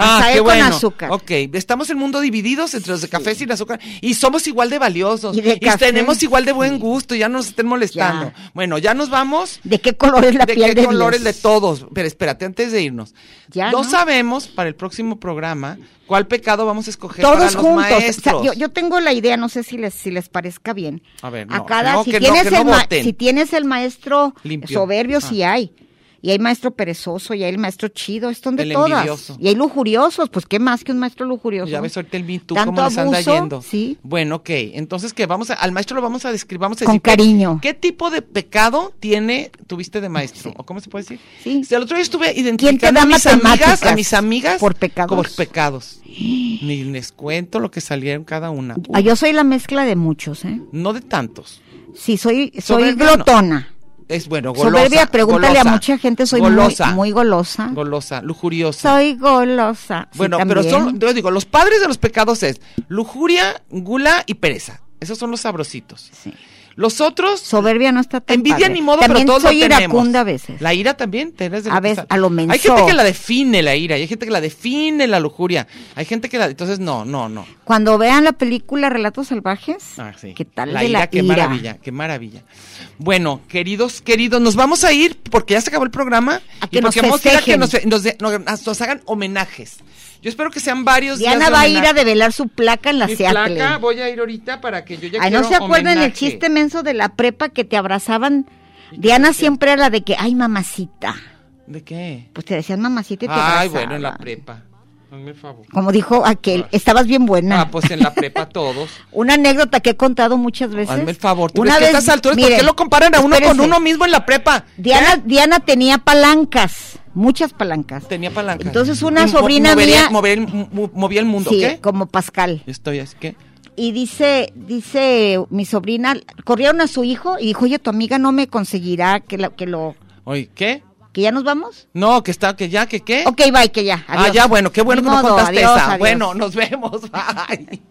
Ah, Azael qué con bueno. azúcar. Ok, estamos en el mundo divididos entre los de café sin azúcar y somos igual de valiosos Y de café. tenemos igual de buen gusto, ya no nos estén molestando. Ya. Bueno, ya nos vamos. ¿De qué color es la ¿De piel qué de colores Dios? de todos? Pero espérate, antes de irnos. Ya, no, ¿no? sabemos para el próximo programa cuál pecado vamos a escoger para Todos los juntos. maestros. O sea, yo, yo tengo la idea, no sé si les, si les parezca bien. A ver, A no, cada, no, si, que no, tienes que no el ma- voten. si tienes el maestro Limpio. soberbio, Ah. sí hay. Y Y hay maestro perezoso, y hay el maestro chido, están de El todas. envidioso. Y hay lujuriosos, pues qué más que un maestro lujurioso. Ya ves ahorita el Me Too, Tanto cómo les anda abuso, yendo. Sí. Bueno, ok. Entonces, que vamos a- al maestro lo vamos a describir, vamos a Con decir que- cariño. ¿Qué tipo de pecado tiene, tuviste de maestro? ¿O cómo se puede decir? Sí. Si el otro día estuve ¿Quién te identificando da a mis matemáticas amigas, a mis amigas. por pecados? Por pecados. Ni les cuento lo que salieron cada una. Uy, Ah, yo soy la mezcla de muchos, ¿eh? No de tantos. Sí, soy, soy Soberbia, no. glotona. Es bueno, golosa. Soberbia, pregúntale golosa, a mucha gente, soy muy- golosa, Muy, golosa. Golosa, lujuriosa. Soy golosa. Sí, bueno, pero también. son, yo digo, los padres de los pecados es lujuria, gula y pereza. Esos son los sabrositos. Sí. Los otros, Soberbia no está tan envidia padre. ni modo, También pero todos soy lo tenemos. iracunda a veces. La ira también, te eres de A lo que veces, está- a lo Hay menso. gente que la define la ira, y hay gente que la define la lujuria, hay gente que la, entonces no, no, no. Cuando vean la película Relatos Salvajes, Ah, sí. ¿qué tal la de ira? la qué ira? maravilla, qué maravilla. Bueno, queridos, queridos, nos vamos a ir porque ya se acabó el programa A que y porque nos vamos a ir a que festejen. nos, nos de- nos- nos hagan homenajes. Yo espero que sean varios días Diana de va a ir a homenaje. develar su placa en la Mi Seattle. placa voy a ir ahorita para que yo ya Ay, no quiero se acuerdan homenaje. el chiste menso de la prepa que te abrazaban. Diana siempre era la de que, ay, mamacita. ¿De qué? Pues te decían mamacita y te abrazaban. Ay, bueno, en la prepa. Hazme el favor. Como dijo aquel, Ah. estabas bien buena. Ah, pues en la prepa todos. <laughs> Una anécdota que he contado muchas veces. Hazme el favor. ¿Tú Pues Una ves que vez, a estas alturas, ¿por miren, qué lo comparan a uno espérense. con uno mismo en la prepa? Diana, ¿Eh? Diana tenía palancas, muchas palancas. Tenía palanca. Entonces, una Y mo- sobrina movería- mía- mover el- mo- movía el mundo, sí, ¿qué? como Pascal. Yo estoy así, ¿qué? Y dice, dice mi sobrina, corrieron a su hijo y dijo, oye, tu amiga no me conseguirá que, la- que lo, Oye, ¿qué? que ya nos vamos. No, que está, que ya, que qué. Ok, bye, que ya. ¿Eh? ah, adiós. ya, bueno, qué bueno Ni que no modo, contaste adiós, esa. adiós. Bueno, nos vemos. <laughs> Bye.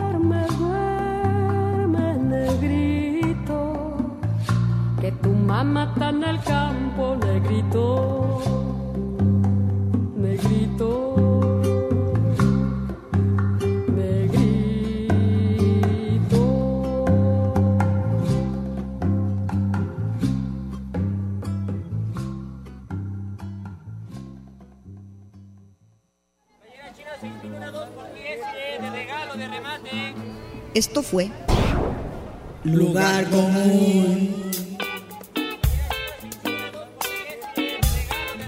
Duerme, duerme, negrito, que tu mamá está en el campo, negrito, negrito, negrito. Esto fue